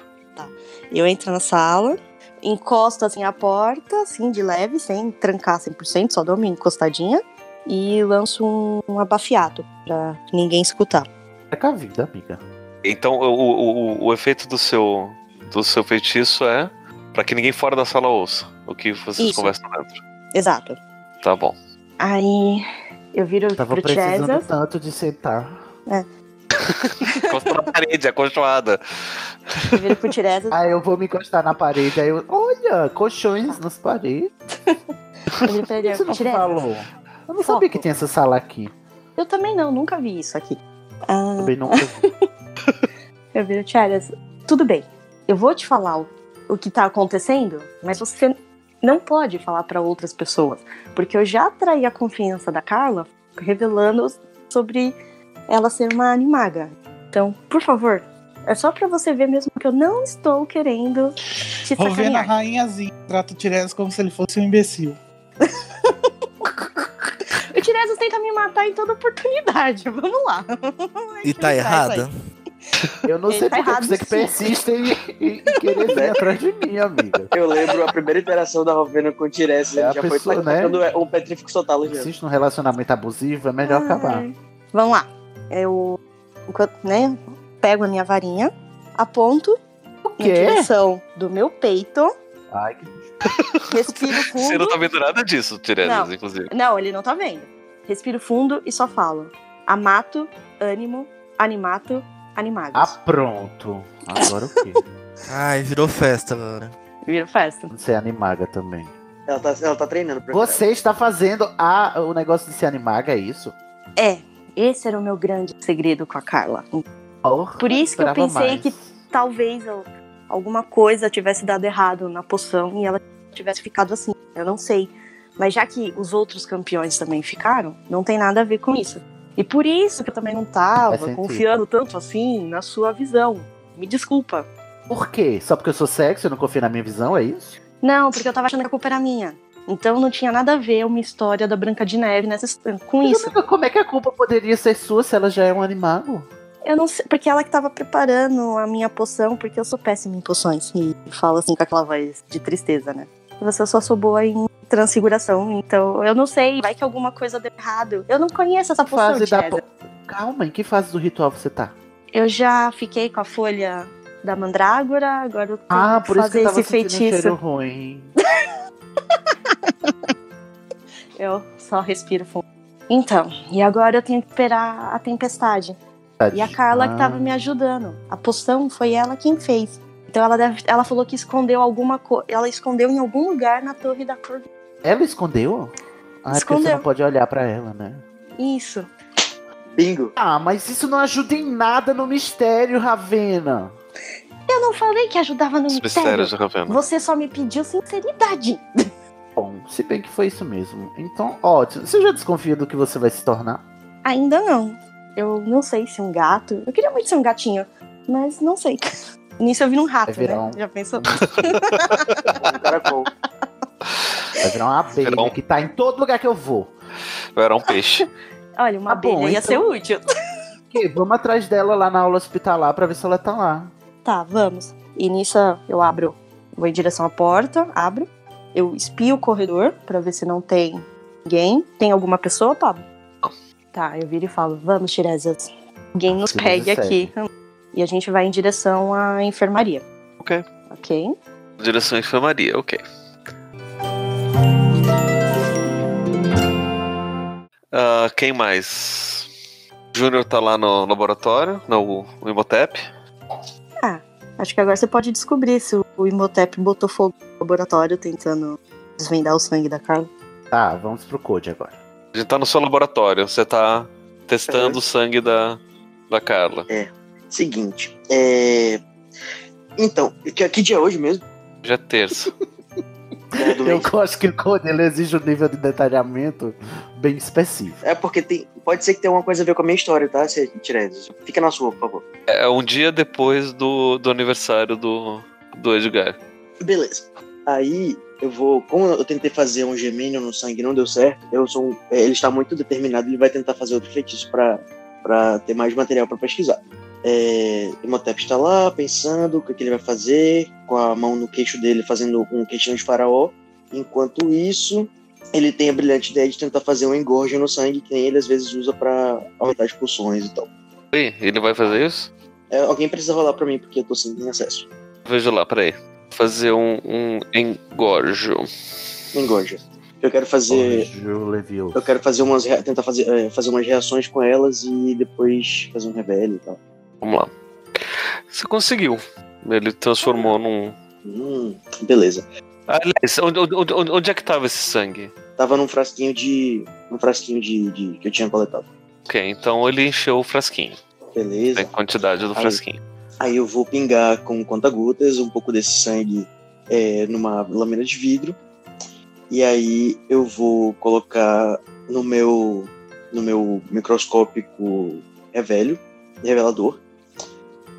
Speaker 9: Eu entro na sala, encosto assim a porta, assim de leve, sem trancar 100%, só dou uma encostadinha e lanço um, um abafiato pra ninguém escutar.
Speaker 3: É com a vida, amiga.
Speaker 1: Então o, o- o- o efeito do seu, do seu feitiço é para que ninguém fora da sala ouça o que vocês
Speaker 9: Isso.
Speaker 1: conversam dentro.
Speaker 9: Exato.
Speaker 1: Tá bom.
Speaker 9: Aí eu viro
Speaker 3: Tava
Speaker 9: pro
Speaker 3: precisando
Speaker 9: Chesas,
Speaker 3: tanto de sentar.
Speaker 1: Encosta na parede, acolchoada.
Speaker 9: eu viro pro
Speaker 3: (laughs)
Speaker 9: Chesas,
Speaker 3: Aí eu vou me encostar na parede, aí eu. Olha, colchões nas paredes.
Speaker 9: eu viro
Speaker 3: Por
Speaker 9: pra
Speaker 3: que
Speaker 9: ele,
Speaker 3: Ah, você não
Speaker 9: Chesas,
Speaker 3: falou? Eu não sabia
Speaker 9: Foco.
Speaker 3: que tinha essa sala aqui.
Speaker 9: eu também não, nunca vi isso aqui. Ah,
Speaker 3: Também nunca vi.
Speaker 9: Eu viro, Tiaras, tudo bem. Eu vou te falar o, o que tá acontecendo, mas você não pode falar pra outras pessoas. Porque eu já atraí a confiança da Carla revelando sobre ela ser uma animaga. Então, por favor, é só pra você ver mesmo que eu não estou querendo te
Speaker 4: Rovena,
Speaker 9: sacanear.
Speaker 4: rainhazinha, trata o Tiresias como se ele fosse um imbecil.
Speaker 9: O Tiresias tenta me matar em toda oportunidade. (laughs) Vamos lá.
Speaker 8: E tá errada?
Speaker 3: Eu não
Speaker 9: Ele
Speaker 3: sei
Speaker 9: tá
Speaker 3: por que
Speaker 9: errado,
Speaker 3: você que
Speaker 9: sim.
Speaker 3: persiste em, em querer
Speaker 1: Né?
Speaker 3: vir atrás de mim, amiga.
Speaker 2: Eu lembro a primeira interação da Rovena com o Tiresias,
Speaker 3: É,
Speaker 2: ele
Speaker 3: a
Speaker 2: já
Speaker 3: pessoa,
Speaker 2: foi
Speaker 3: né?
Speaker 2: tacando um petrífico sotalo já.
Speaker 3: Persiste num um relacionamento abusivo, é melhor acabar.
Speaker 9: Ai. Vamos lá. Eu, enquanto, né, pego a minha varinha, aponto na
Speaker 3: quê?
Speaker 9: direção do
Speaker 1: (laughs)
Speaker 9: meu peito,
Speaker 3: Ai, que
Speaker 9: respiro
Speaker 1: Você não
Speaker 9: fundo.
Speaker 1: tá vendo nada disso, Tiresias,
Speaker 9: Não.
Speaker 1: inclusive.
Speaker 9: Não, ele não tá vendo. Respiro fundo e só falo. Amato, ânimo, animato,
Speaker 3: Ah,
Speaker 9: animagos.
Speaker 3: pronto. Agora o quê?
Speaker 8: Ai, virou festa agora.
Speaker 9: Vira festa.
Speaker 3: Você é animaga também.
Speaker 2: Ela tá, ela tá treinando pra
Speaker 3: Você está fazendo a, o negócio de ser animaga, é isso?
Speaker 9: É, esse era o meu grande segredo com a Carla.
Speaker 3: Porra,
Speaker 9: Por isso que eu
Speaker 3: esperava
Speaker 9: pensei
Speaker 3: mais.
Speaker 9: que talvez eu- alguma coisa tivesse dado errado na poção e ela tivesse ficado assim. Eu não sei. Mas já que os outros campeões também ficaram, não tem nada a ver com isso. E por isso que eu também não
Speaker 3: Faz
Speaker 9: tava
Speaker 3: sentido.
Speaker 9: confiando tanto assim na sua visão. Me desculpa.
Speaker 3: Por quê? Só porque eu sou sexy, eu não confio na minha visão, é isso?
Speaker 9: Não, porque eu tava achando que a culpa era minha. Então não tinha nada a ver uma história da Branca de Neve nessa, his- com
Speaker 3: Mas,
Speaker 9: isso.
Speaker 3: amiga, Como é que a culpa poderia ser sua se ela já é um animago?
Speaker 9: Eu não sei, porque ela que tava preparando a minha poção, porque eu sou péssima em poções. E fala assim com aquela voz de tristeza, né? Você só sou boa em transfiguração, então eu não sei, vai que alguma coisa deu errado. Eu não conheço essa
Speaker 3: Que
Speaker 9: poção,
Speaker 3: fase da...
Speaker 9: Tiesa.
Speaker 3: po- Calma, em que fase do ritual você tá?
Speaker 9: Eu já fiquei com a folha da mandrágora, agora eu tenho
Speaker 3: Ah, por
Speaker 9: que
Speaker 3: isso que
Speaker 9: fazer
Speaker 3: eu tava
Speaker 9: esse
Speaker 3: sentindo um
Speaker 9: feitiço.
Speaker 3: cheiro ruim.
Speaker 9: Eu só respiro fundo. Então, e agora eu tenho que esperar a tempestade. E a Carla que tava me ajudando. A poção foi ela quem fez. Então ela, deve- ela falou que escondeu alguma coisa. Ela escondeu em algum lugar na torre da cor.
Speaker 3: Ela escondeu? Ah, é porque você
Speaker 9: Escondeu.
Speaker 3: não pode olhar pra ela, né?
Speaker 9: Isso.
Speaker 2: Bingo.
Speaker 3: Ah, mas isso não ajuda em nada no mistério, Ravena.
Speaker 9: Eu não falei que ajudava no
Speaker 1: Os
Speaker 9: mistério.
Speaker 1: mistérios de Ravena.
Speaker 9: Você só me pediu sinceridade.
Speaker 3: Bom, se bem que foi isso mesmo. Então, ótimo. Você já desconfia do que você vai se tornar?
Speaker 9: Ainda não. Eu não sei se um gato. Eu queria muito ser um gatinho, mas não sei. (laughs) Nisso eu vi um rato,
Speaker 3: Vai virar
Speaker 9: né?
Speaker 3: um-
Speaker 9: Já pensou?
Speaker 2: O cara bom.
Speaker 3: Vai virar uma abelha
Speaker 2: um
Speaker 1: Não.
Speaker 3: que tá em todo lugar que eu vou.
Speaker 1: Eu era um peixe.
Speaker 9: Olha, uma
Speaker 3: Tá bom,
Speaker 9: abelha ia
Speaker 3: então.
Speaker 9: ser útil.
Speaker 3: Ok, vamos atrás dela lá na aula hospitalar pra ver se ela tá lá.
Speaker 9: Tá, vamos. E nisso ah, eu abro, vou em direção à porta, abro, eu espio o corredor pra ver se não tem ninguém. Tem alguma pessoa, Pablo? Tá, eu viro e falo, vamos, Tiresias. Ninguém nos
Speaker 3: Tiresias
Speaker 9: pegue aqui. E a gente vai em direção à enfermaria.
Speaker 1: Ok.
Speaker 9: Ok?
Speaker 1: Direção à enfermaria, ok. Ah, quem mais? Júnior tá lá no laboratório, no Imotep.
Speaker 9: Acho que agora você pode descobrir se o Imhotep botou fogo no laboratório tentando desvendar o sangue da Carla.
Speaker 3: Tá, vamos pro Code agora.
Speaker 1: A gente tá no seu laboratório, você tá testando o sangue da, da Carla.
Speaker 2: Seguinte, é. Então, que, que dia é hoje mesmo?
Speaker 1: Já é terça.
Speaker 2: É, do
Speaker 3: Eu
Speaker 2: mês?
Speaker 3: (laughs) acho que o Code ele exige um nível de detalhamento bem específico.
Speaker 2: É porque tem, pode ser que tenha alguma coisa a ver com a minha história, tá, Cê- Tiresias? Fica na sua, por favor.
Speaker 1: É um dia depois do, do aniversário do, do Edgar.
Speaker 2: Beleza. Aí eu vou. Como eu tentei fazer um gemínio no sangue não deu certo, eu sou um- é, ele está muito determinado, ele vai tentar fazer outro feitiço pra, pra ter mais material pra pesquisar. É, Imhotep está lá pensando o que, que ele vai fazer, com a mão no queixo dele fazendo um queixinho de faraó. Enquanto isso, ele tem a brilhante ideia de tentar fazer um engorjo no sangue, que nem ele às vezes usa pra aumentar as pulsões e tal.
Speaker 1: Oi, ele vai fazer isso?
Speaker 2: É, alguém precisa rolar pra mim, porque eu tô sem acesso.
Speaker 1: Veja lá, peraí. Fazer um, um engorjo.
Speaker 2: Engoja. Eu quero fazer.
Speaker 3: Hoje, Levioso.
Speaker 2: Eu quero fazer umas rea- tentar fazer, é, fazer umas reações com elas e depois fazer um rebelde e tal.
Speaker 1: Vamos lá. Você conseguiu. Ele transformou num.
Speaker 2: Hum, beleza.
Speaker 1: Aliás, onde, onde- onde- onde é que tava esse sangue?
Speaker 2: Tava num frasquinho de. num frasquinho de, de- que eu tinha coletado.
Speaker 1: Ok, então ele encheu o frasquinho.
Speaker 2: Beleza.
Speaker 1: A quantidade do
Speaker 2: Aí.
Speaker 1: frasquinho.
Speaker 2: Aí eu vou pingar com conta-gotas um pouco desse sangue é, numa lâmina de vidro. E aí eu vou colocar no meu no meu microscópico revelio, revelador.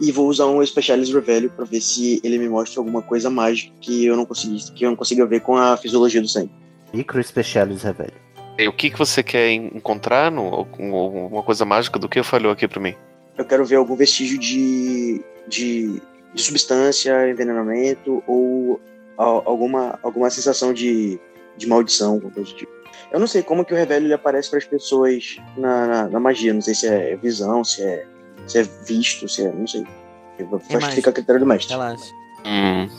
Speaker 2: E vou usar um Specialis Revelio para ver se ele me mostra alguma coisa mágica que eu não consegui, que eu não consiga ver com a fisiologia do sangue.
Speaker 3: Micro Specialis Revelio.
Speaker 1: E o que, que você quer en- encontrar? No, alguma coisa mágica do que falhou aqui pra mim?
Speaker 2: Eu quero ver algum vestígio de, de, de substância, envenenamento ou a- alguma, alguma sensação de, de maldição, alguma coisa do tipo. Eu não sei como que o revelio ele aparece para as pessoas na, na, na magia. Não sei se é visão, se é, se é visto, se é. Não sei. Eu acho que
Speaker 5: mágico.
Speaker 2: fica a critério do mestre.
Speaker 5: Relaxa.
Speaker 1: Hum,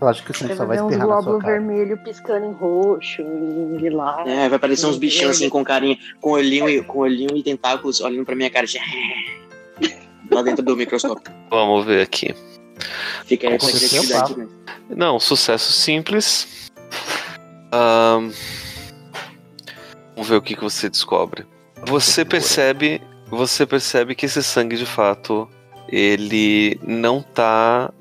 Speaker 3: Eu acho que o sangue
Speaker 7: Você
Speaker 3: só
Speaker 7: vai
Speaker 3: vai
Speaker 7: ver uns
Speaker 3: espirrar na sua
Speaker 7: glóbulos
Speaker 3: cara.
Speaker 7: vermelhos um piscando em roxo, em lilás.
Speaker 2: É, vai aparecer uns bichinhos assim com carinha, com olhinho e, com olhinho e tentáculos olhando pra minha cara. assim, (laughs) Lá dentro do microscópio.
Speaker 1: vamos ver aqui.
Speaker 2: Fica aí essa
Speaker 1: Aconteceu,
Speaker 2: criatividade.
Speaker 3: Pablo.
Speaker 2: né?
Speaker 1: Não, sucesso simples. Ahn, vamos ver o que, que você descobre. Você percebe, você percebe que esse sangue de fato, ele não tá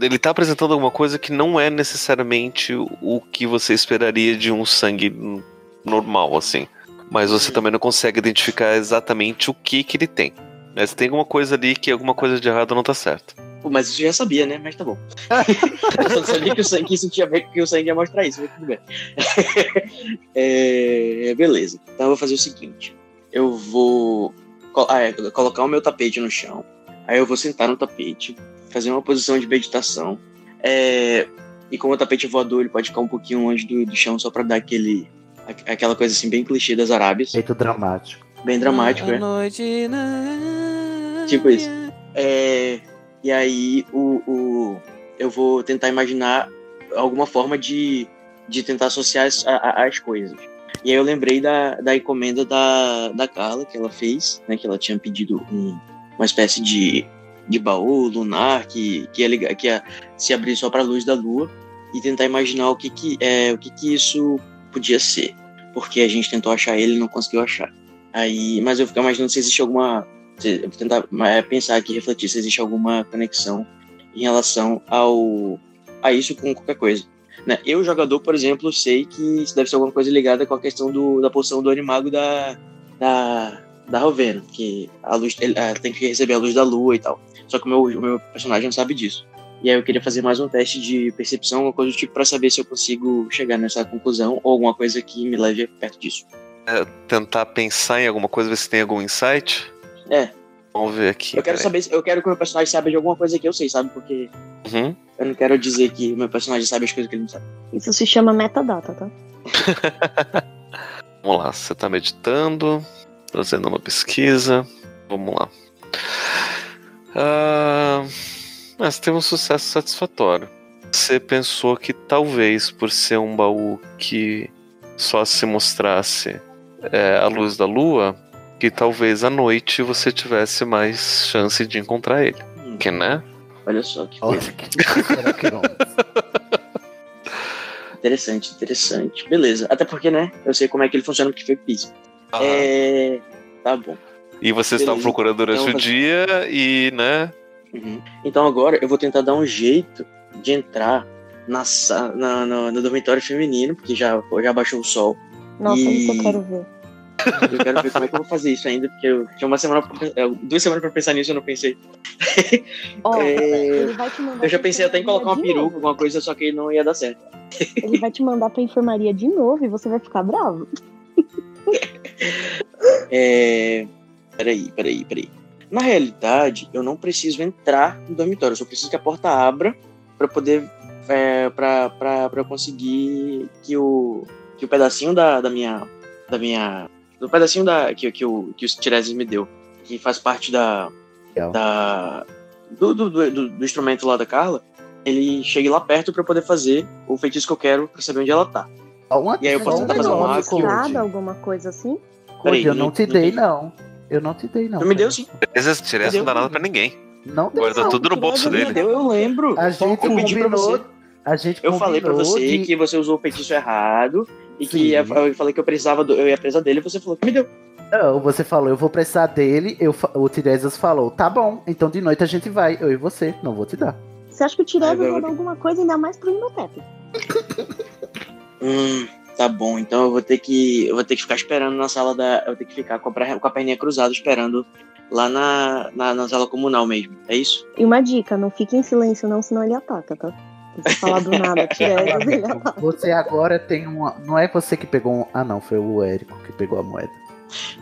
Speaker 1: ele tá apresentando alguma coisa que não é necessariamente o que você esperaria de um sangue n- normal assim. Mas você também não consegue identificar exatamente o que que ele tem. Mas tem alguma coisa ali que alguma coisa de errado não tá certo.
Speaker 2: Pô, mas isso eu já sabia, né? Mas tá bom. (laughs) eu só não sabia que, o sangue, que isso tinha a ver com que o sangue ia mostrar isso, mas tudo bem. (laughs) É, beleza. Então eu vou fazer o seguinte: eu vou co- ah, é, colocar o meu tapete no chão, aí eu vou sentar no tapete, fazer uma posição de meditação. é, e como o tapete é voador, ele pode ficar um pouquinho longe do, do chão só pra dar aquele. aqu- Aquela coisa assim, bem clichê das Arábias,
Speaker 3: Jeito dramático.
Speaker 2: bem dramático,
Speaker 5: A
Speaker 2: né?
Speaker 5: noite na...
Speaker 2: Tipo isso. É, e aí o, o- eu vou tentar imaginar alguma forma de, de tentar associar as, a- a- as coisas. E aí eu lembrei da, da encomenda da, da Carla que ela fez, né? Que ela tinha pedido um- uma espécie de, de baú lunar que, que, ia ligar, que ia se abrir só para a luz da lua e tentar imaginar o que que, é, o que que isso podia ser. Porque a gente tentou achar ele e não conseguiu achar. Aí, mas eu fico imaginando se existe alguma se- eu vou tentar é, pensar aqui, refletir se existe alguma conexão em relação ao a isso com qualquer coisa. Né? Eu, jogador, por exemplo, sei que isso deve ser alguma coisa ligada com a questão do, da poção do animago da, da, da Rovena, que a luz, ele, ah, tem que receber a luz da lua e tal. Só que o meu, o meu personagem não sabe disso. E aí eu queria fazer mais um teste de percepção, alguma coisa do tipo, para saber se eu consigo chegar nessa conclusão ou alguma coisa que me leve perto disso.
Speaker 1: tentar pensar em alguma coisa, ver se tem algum insight?
Speaker 2: É.
Speaker 1: Vamos ver aqui.
Speaker 2: Eu quero
Speaker 1: peraí.
Speaker 2: saber, se- eu quero que o meu personagem saiba de alguma coisa que eu sei, sabe? Porque
Speaker 1: Uhum.
Speaker 2: eu não quero dizer que o meu personagem sabe as coisas que ele não sabe.
Speaker 9: Isso se chama metadata, tá?
Speaker 1: Vamos lá, você tá meditando, fazendo uma pesquisa. Vamos lá. Ah, ah, você teve um sucesso satisfatório. Você pensou que talvez por ser um baú que só se mostrasse é, a luz da lua, que talvez à noite você tivesse mais chance de encontrar ele.
Speaker 2: Hum,
Speaker 1: Que né?
Speaker 2: (laughs) Olha só que é coisa.
Speaker 3: Óbvio que
Speaker 2: (laughs)
Speaker 3: é será que não?
Speaker 2: Interessante, interessante. Beleza. Até porque, né? Eu sei como é que ele funciona, porque foi o que fiz. É. Tá bom.
Speaker 1: E você estava
Speaker 2: beleza.
Speaker 1: procurando durante
Speaker 2: Então,
Speaker 1: o dia e, né?
Speaker 2: Uhum. Então agora eu vou tentar dar um jeito de entrar na, sa- na, na- no dormitório feminino, porque já, já baixou o sol.
Speaker 9: Nossa, isso
Speaker 2: E-
Speaker 9: eu quero ver.
Speaker 2: Eu quero ver como é que eu vou fazer isso ainda, porque eu tinha uma semana, pra pen- eh, duas semanas pra pensar nisso e eu não pensei.
Speaker 9: Ó,
Speaker 2: É,
Speaker 9: ele vai te mandar
Speaker 2: Eu já
Speaker 9: pra
Speaker 2: pensei até em
Speaker 9: enfermaria
Speaker 2: colocar uma
Speaker 9: de
Speaker 2: peruca,
Speaker 9: novo.
Speaker 2: alguma coisa, só que não ia dar certo.
Speaker 9: Ele vai te mandar pra enfermaria de novo e você vai ficar bravo.
Speaker 2: É... Peraí, peraí, peraí. Na realidade, eu não preciso entrar no dormitório, eu só preciso que a porta abra pra poder. É, pra, pra, pra eu conseguir que o, que o pedacinho da, da minha. Da minha. Do pedacinho da, que, que, o, que os Tiresias me deu, que faz parte da.
Speaker 3: Legal.
Speaker 2: da do, do, do, do- do instrumento lá da Carla, ele chegue lá perto pra eu poder fazer o feitiço que eu quero pra saber onde ela tá.
Speaker 3: Ó, uma-
Speaker 2: E aí tá eu posso
Speaker 3: só um
Speaker 2: tentar fazer uma
Speaker 3: negócio,
Speaker 2: mágica?
Speaker 3: Code.
Speaker 9: Nada, alguma coisa assim?
Speaker 3: Code, eu não te
Speaker 2: tem-
Speaker 3: dei, não. Eu não te dei, não.
Speaker 2: Tu me deu sim.
Speaker 1: Esse Tiresias não dá nada pra ninguém.
Speaker 3: Não deu,
Speaker 1: Guarda
Speaker 3: não.
Speaker 1: tá tudo no
Speaker 2: Tu
Speaker 1: bolso
Speaker 2: me
Speaker 1: dele.
Speaker 2: deu, eu lembro.
Speaker 3: A gente
Speaker 2: Eu pedi pra
Speaker 3: combinou.
Speaker 2: você.
Speaker 3: A gente
Speaker 2: Eu falei pra
Speaker 3: combinou
Speaker 2: você
Speaker 3: de-
Speaker 2: que você usou o feitiço errado e
Speaker 3: Sim.
Speaker 2: que eu eu falei que eu precisava do, eu ia precisar dele, e você falou que me deu.
Speaker 3: Não, você falou, eu vou precisar dele. Eu, fa- o Tiresias falou, tá bom, então de noite a gente vai. Eu e você, não vou te dar.
Speaker 9: Você acha que o Tiresias
Speaker 2: É, eu-
Speaker 9: vai dar alguma coisa ainda mais pro Imhotep?
Speaker 2: Hum, tá bom, então eu vou ter que eu vou ter que ficar esperando na sala da, eu vou ter que ficar com a, pra- com a perninha cruzada esperando lá na, na, na sala comunal mesmo. É isso?
Speaker 9: E uma dica, não fique em silêncio não, senão ele ataca, tá? Se você falar
Speaker 2: (laughs)
Speaker 9: do nada, Tiresias, ele ataca.
Speaker 3: Você agora tem uma. Não é você que pegou. um- Ah, não, foi o Érico que pegou a moeda.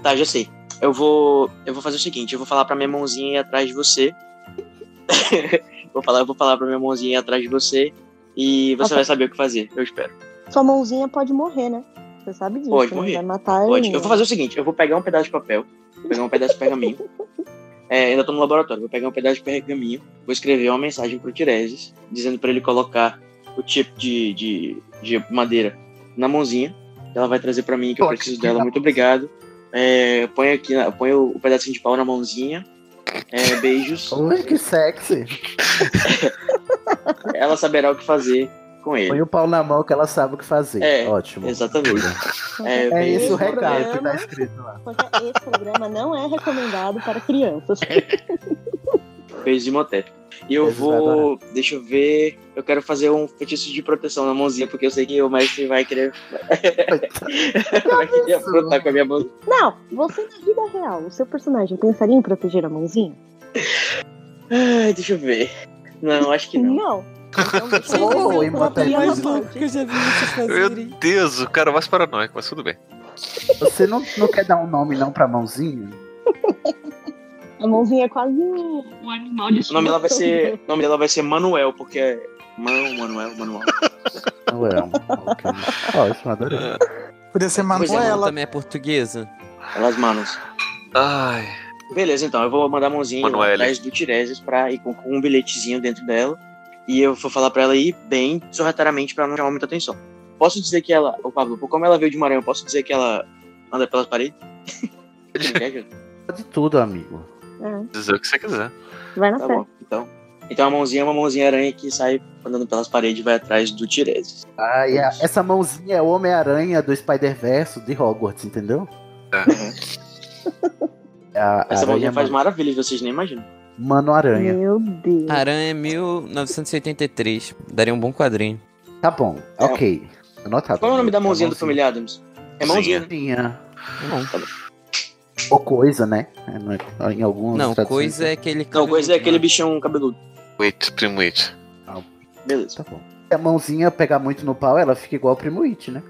Speaker 2: Tá, já sei. Eu vou eu vou fazer o seguinte, eu vou falar pra minha mãozinha ir atrás de você. (laughs) vou falar, eu vou falar pra minha mãozinha ir atrás de você e você
Speaker 9: Ok.
Speaker 2: vai saber o que fazer. Eu espero.
Speaker 9: (laughs) Sua mãozinha pode morrer, né? Você sabe disso,
Speaker 2: Pode
Speaker 9: né?
Speaker 2: morrer.
Speaker 9: Vai matar
Speaker 2: Pode.
Speaker 9: ele.
Speaker 2: Eu vou fazer o seguinte: eu vou pegar um pedaço de papel, vou pegar um pedaço de pergaminho. É, ainda tô no laboratório, vou pegar um pedaço de pergaminho, vou escrever uma mensagem pro Tireses, dizendo pra ele colocar o chip de, de, de madeira na mãozinha. que Ela vai trazer pra mim, que eu
Speaker 3: Coloca
Speaker 2: preciso
Speaker 3: aqui
Speaker 2: dela,
Speaker 3: na
Speaker 2: muito obrigado. É, põe aqui, na- põe o, o pedacinho de pau na mãozinha. É, beijos.
Speaker 3: Ui, que sexy.
Speaker 2: Ela saberá o que fazer com
Speaker 3: Põe
Speaker 2: ele.
Speaker 3: o pau na mão que ela sabe o que fazer.
Speaker 2: É,
Speaker 3: Ótimo.
Speaker 2: Exatamente. É,
Speaker 3: É
Speaker 2: beijos.
Speaker 3: isso o
Speaker 9: Esse
Speaker 3: recado que tá
Speaker 9: programa-
Speaker 3: escrito lá.
Speaker 9: Porque esse programa não é recomendado
Speaker 2: (laughs)
Speaker 9: para crianças.
Speaker 2: Beijo de Imhotep. E eu
Speaker 3: Beijo, vai
Speaker 2: vou. Deixa eu ver. Eu quero fazer um feitiço de proteção na mãozinha, porque eu sei que o mestre vai querer. (laughs) vai querer aprontar com a minha mão.
Speaker 9: Não, você na vida real, o seu personagem pensaria em proteger a mãozinha?
Speaker 2: Ai, deixa eu ver. Não, acho que não.
Speaker 9: Então deixa eu
Speaker 3: Ô,
Speaker 9: fazer uma
Speaker 5: tá
Speaker 3: Imhotep.
Speaker 9: piada
Speaker 5: um mais um.
Speaker 9: à
Speaker 5: louco
Speaker 9: parte.
Speaker 5: que eu já vi vocês
Speaker 1: Meu
Speaker 5: fazerem.
Speaker 1: Deus, o cara é mais paranoico, mas tudo bem.
Speaker 3: Você não, não quer dar um nome não pra mãozinha?
Speaker 9: A mãozinha é quase um um animal de
Speaker 2: O nome dela vai ser. O nome dela vai ser Manuel, porque é. Mão, Manuel, Manuel.
Speaker 3: Não é. um- ok. Ótimo, adorei.
Speaker 2: É.
Speaker 4: Podia ser
Speaker 5: Pois é, ela
Speaker 4: Manuela.
Speaker 5: também é portuguesa.
Speaker 2: Elas manos.
Speaker 1: Ai.
Speaker 2: Beleza, então. Eu vou mandar a mãozinha
Speaker 1: Manuele.
Speaker 2: atrás do Tireses pra ir com, com um bilhetezinho dentro dela. E eu vou falar pra ela ir bem sorrateiramente pra não chamar muita atenção. Posso dizer que ela. Ô, Pablo, como ela veio de Maranhão, posso dizer que ela anda pelas paredes?
Speaker 3: De tudo, amigo.
Speaker 9: É,
Speaker 1: Dizer o que você quiser.
Speaker 9: vai na
Speaker 2: tá
Speaker 9: fé.
Speaker 2: bom, então. Então a mãozinha é uma mãozinha aranha que sai andando pelas paredes e vai atrás do Tireses.
Speaker 3: Ah, e a- essa mãozinha é o Homem-Aranha do Spider-Verse de Hogwarts, entendeu? É a
Speaker 2: Essa mãozinha
Speaker 3: aranha
Speaker 2: faz
Speaker 3: mano,
Speaker 2: maravilhas, vocês nem imaginam.
Speaker 3: mano Aranha.
Speaker 9: Meu Deus.
Speaker 5: Aranha é 1983. Daria um bom quadrinho.
Speaker 3: Tá bom,
Speaker 2: É.
Speaker 3: ok. Anotado.
Speaker 2: Qual é o nome da mãozinha do Tá
Speaker 3: familiar?
Speaker 2: Família Adams? É mãozinha. né?
Speaker 3: Mãozinha.
Speaker 5: Não,
Speaker 3: Ou coisa, né? É, não é- Em alguns.
Speaker 5: não coisa é aquele.
Speaker 2: né? Não, coisa é aquele
Speaker 5: bicho.
Speaker 2: bichão cabeludo.
Speaker 1: Wait, primo wait.
Speaker 2: Beleza.
Speaker 5: é-
Speaker 3: Tá bom. Se a mãozinha pegar muito no pau, ela fica igual o Primo It, né?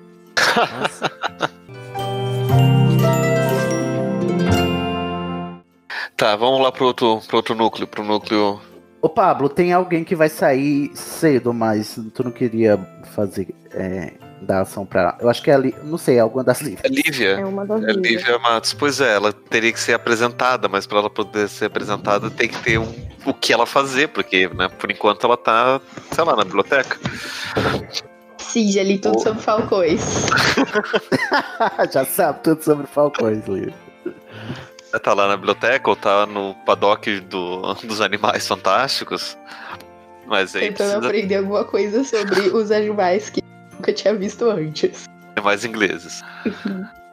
Speaker 1: Tá, vamos lá pro outro, pro outro núcleo, pro núcleo.
Speaker 3: Ô Pablo, tem alguém que vai sair cedo, mas tu não queria fazer é, dar ação pra. Eu acho que é ali. Não sei, é alguma das
Speaker 10: (laughs)
Speaker 1: É
Speaker 3: livres.
Speaker 1: Lívia.
Speaker 9: É uma das
Speaker 1: É
Speaker 9: minhas.
Speaker 1: Lívia Matos. Pois é, ela teria que ser apresentada, mas pra ela poder ser apresentada tem que ter um, o que ela fazer, porque né, por enquanto ela tá, sei lá, na biblioteca.
Speaker 10: Sim, ali tudo sobre Falcões.
Speaker 3: Ah, Já sabe tudo sobre Falcões, Lívia.
Speaker 1: Ela tá lá na biblioteca ou tá no paddock do, (laughs) dos animais fantásticos. Mas é aí
Speaker 10: Tentando
Speaker 1: precisa
Speaker 10: aprender alguma coisa sobre os animais que nunca tinha visto antes.
Speaker 1: ter É mais ingleses.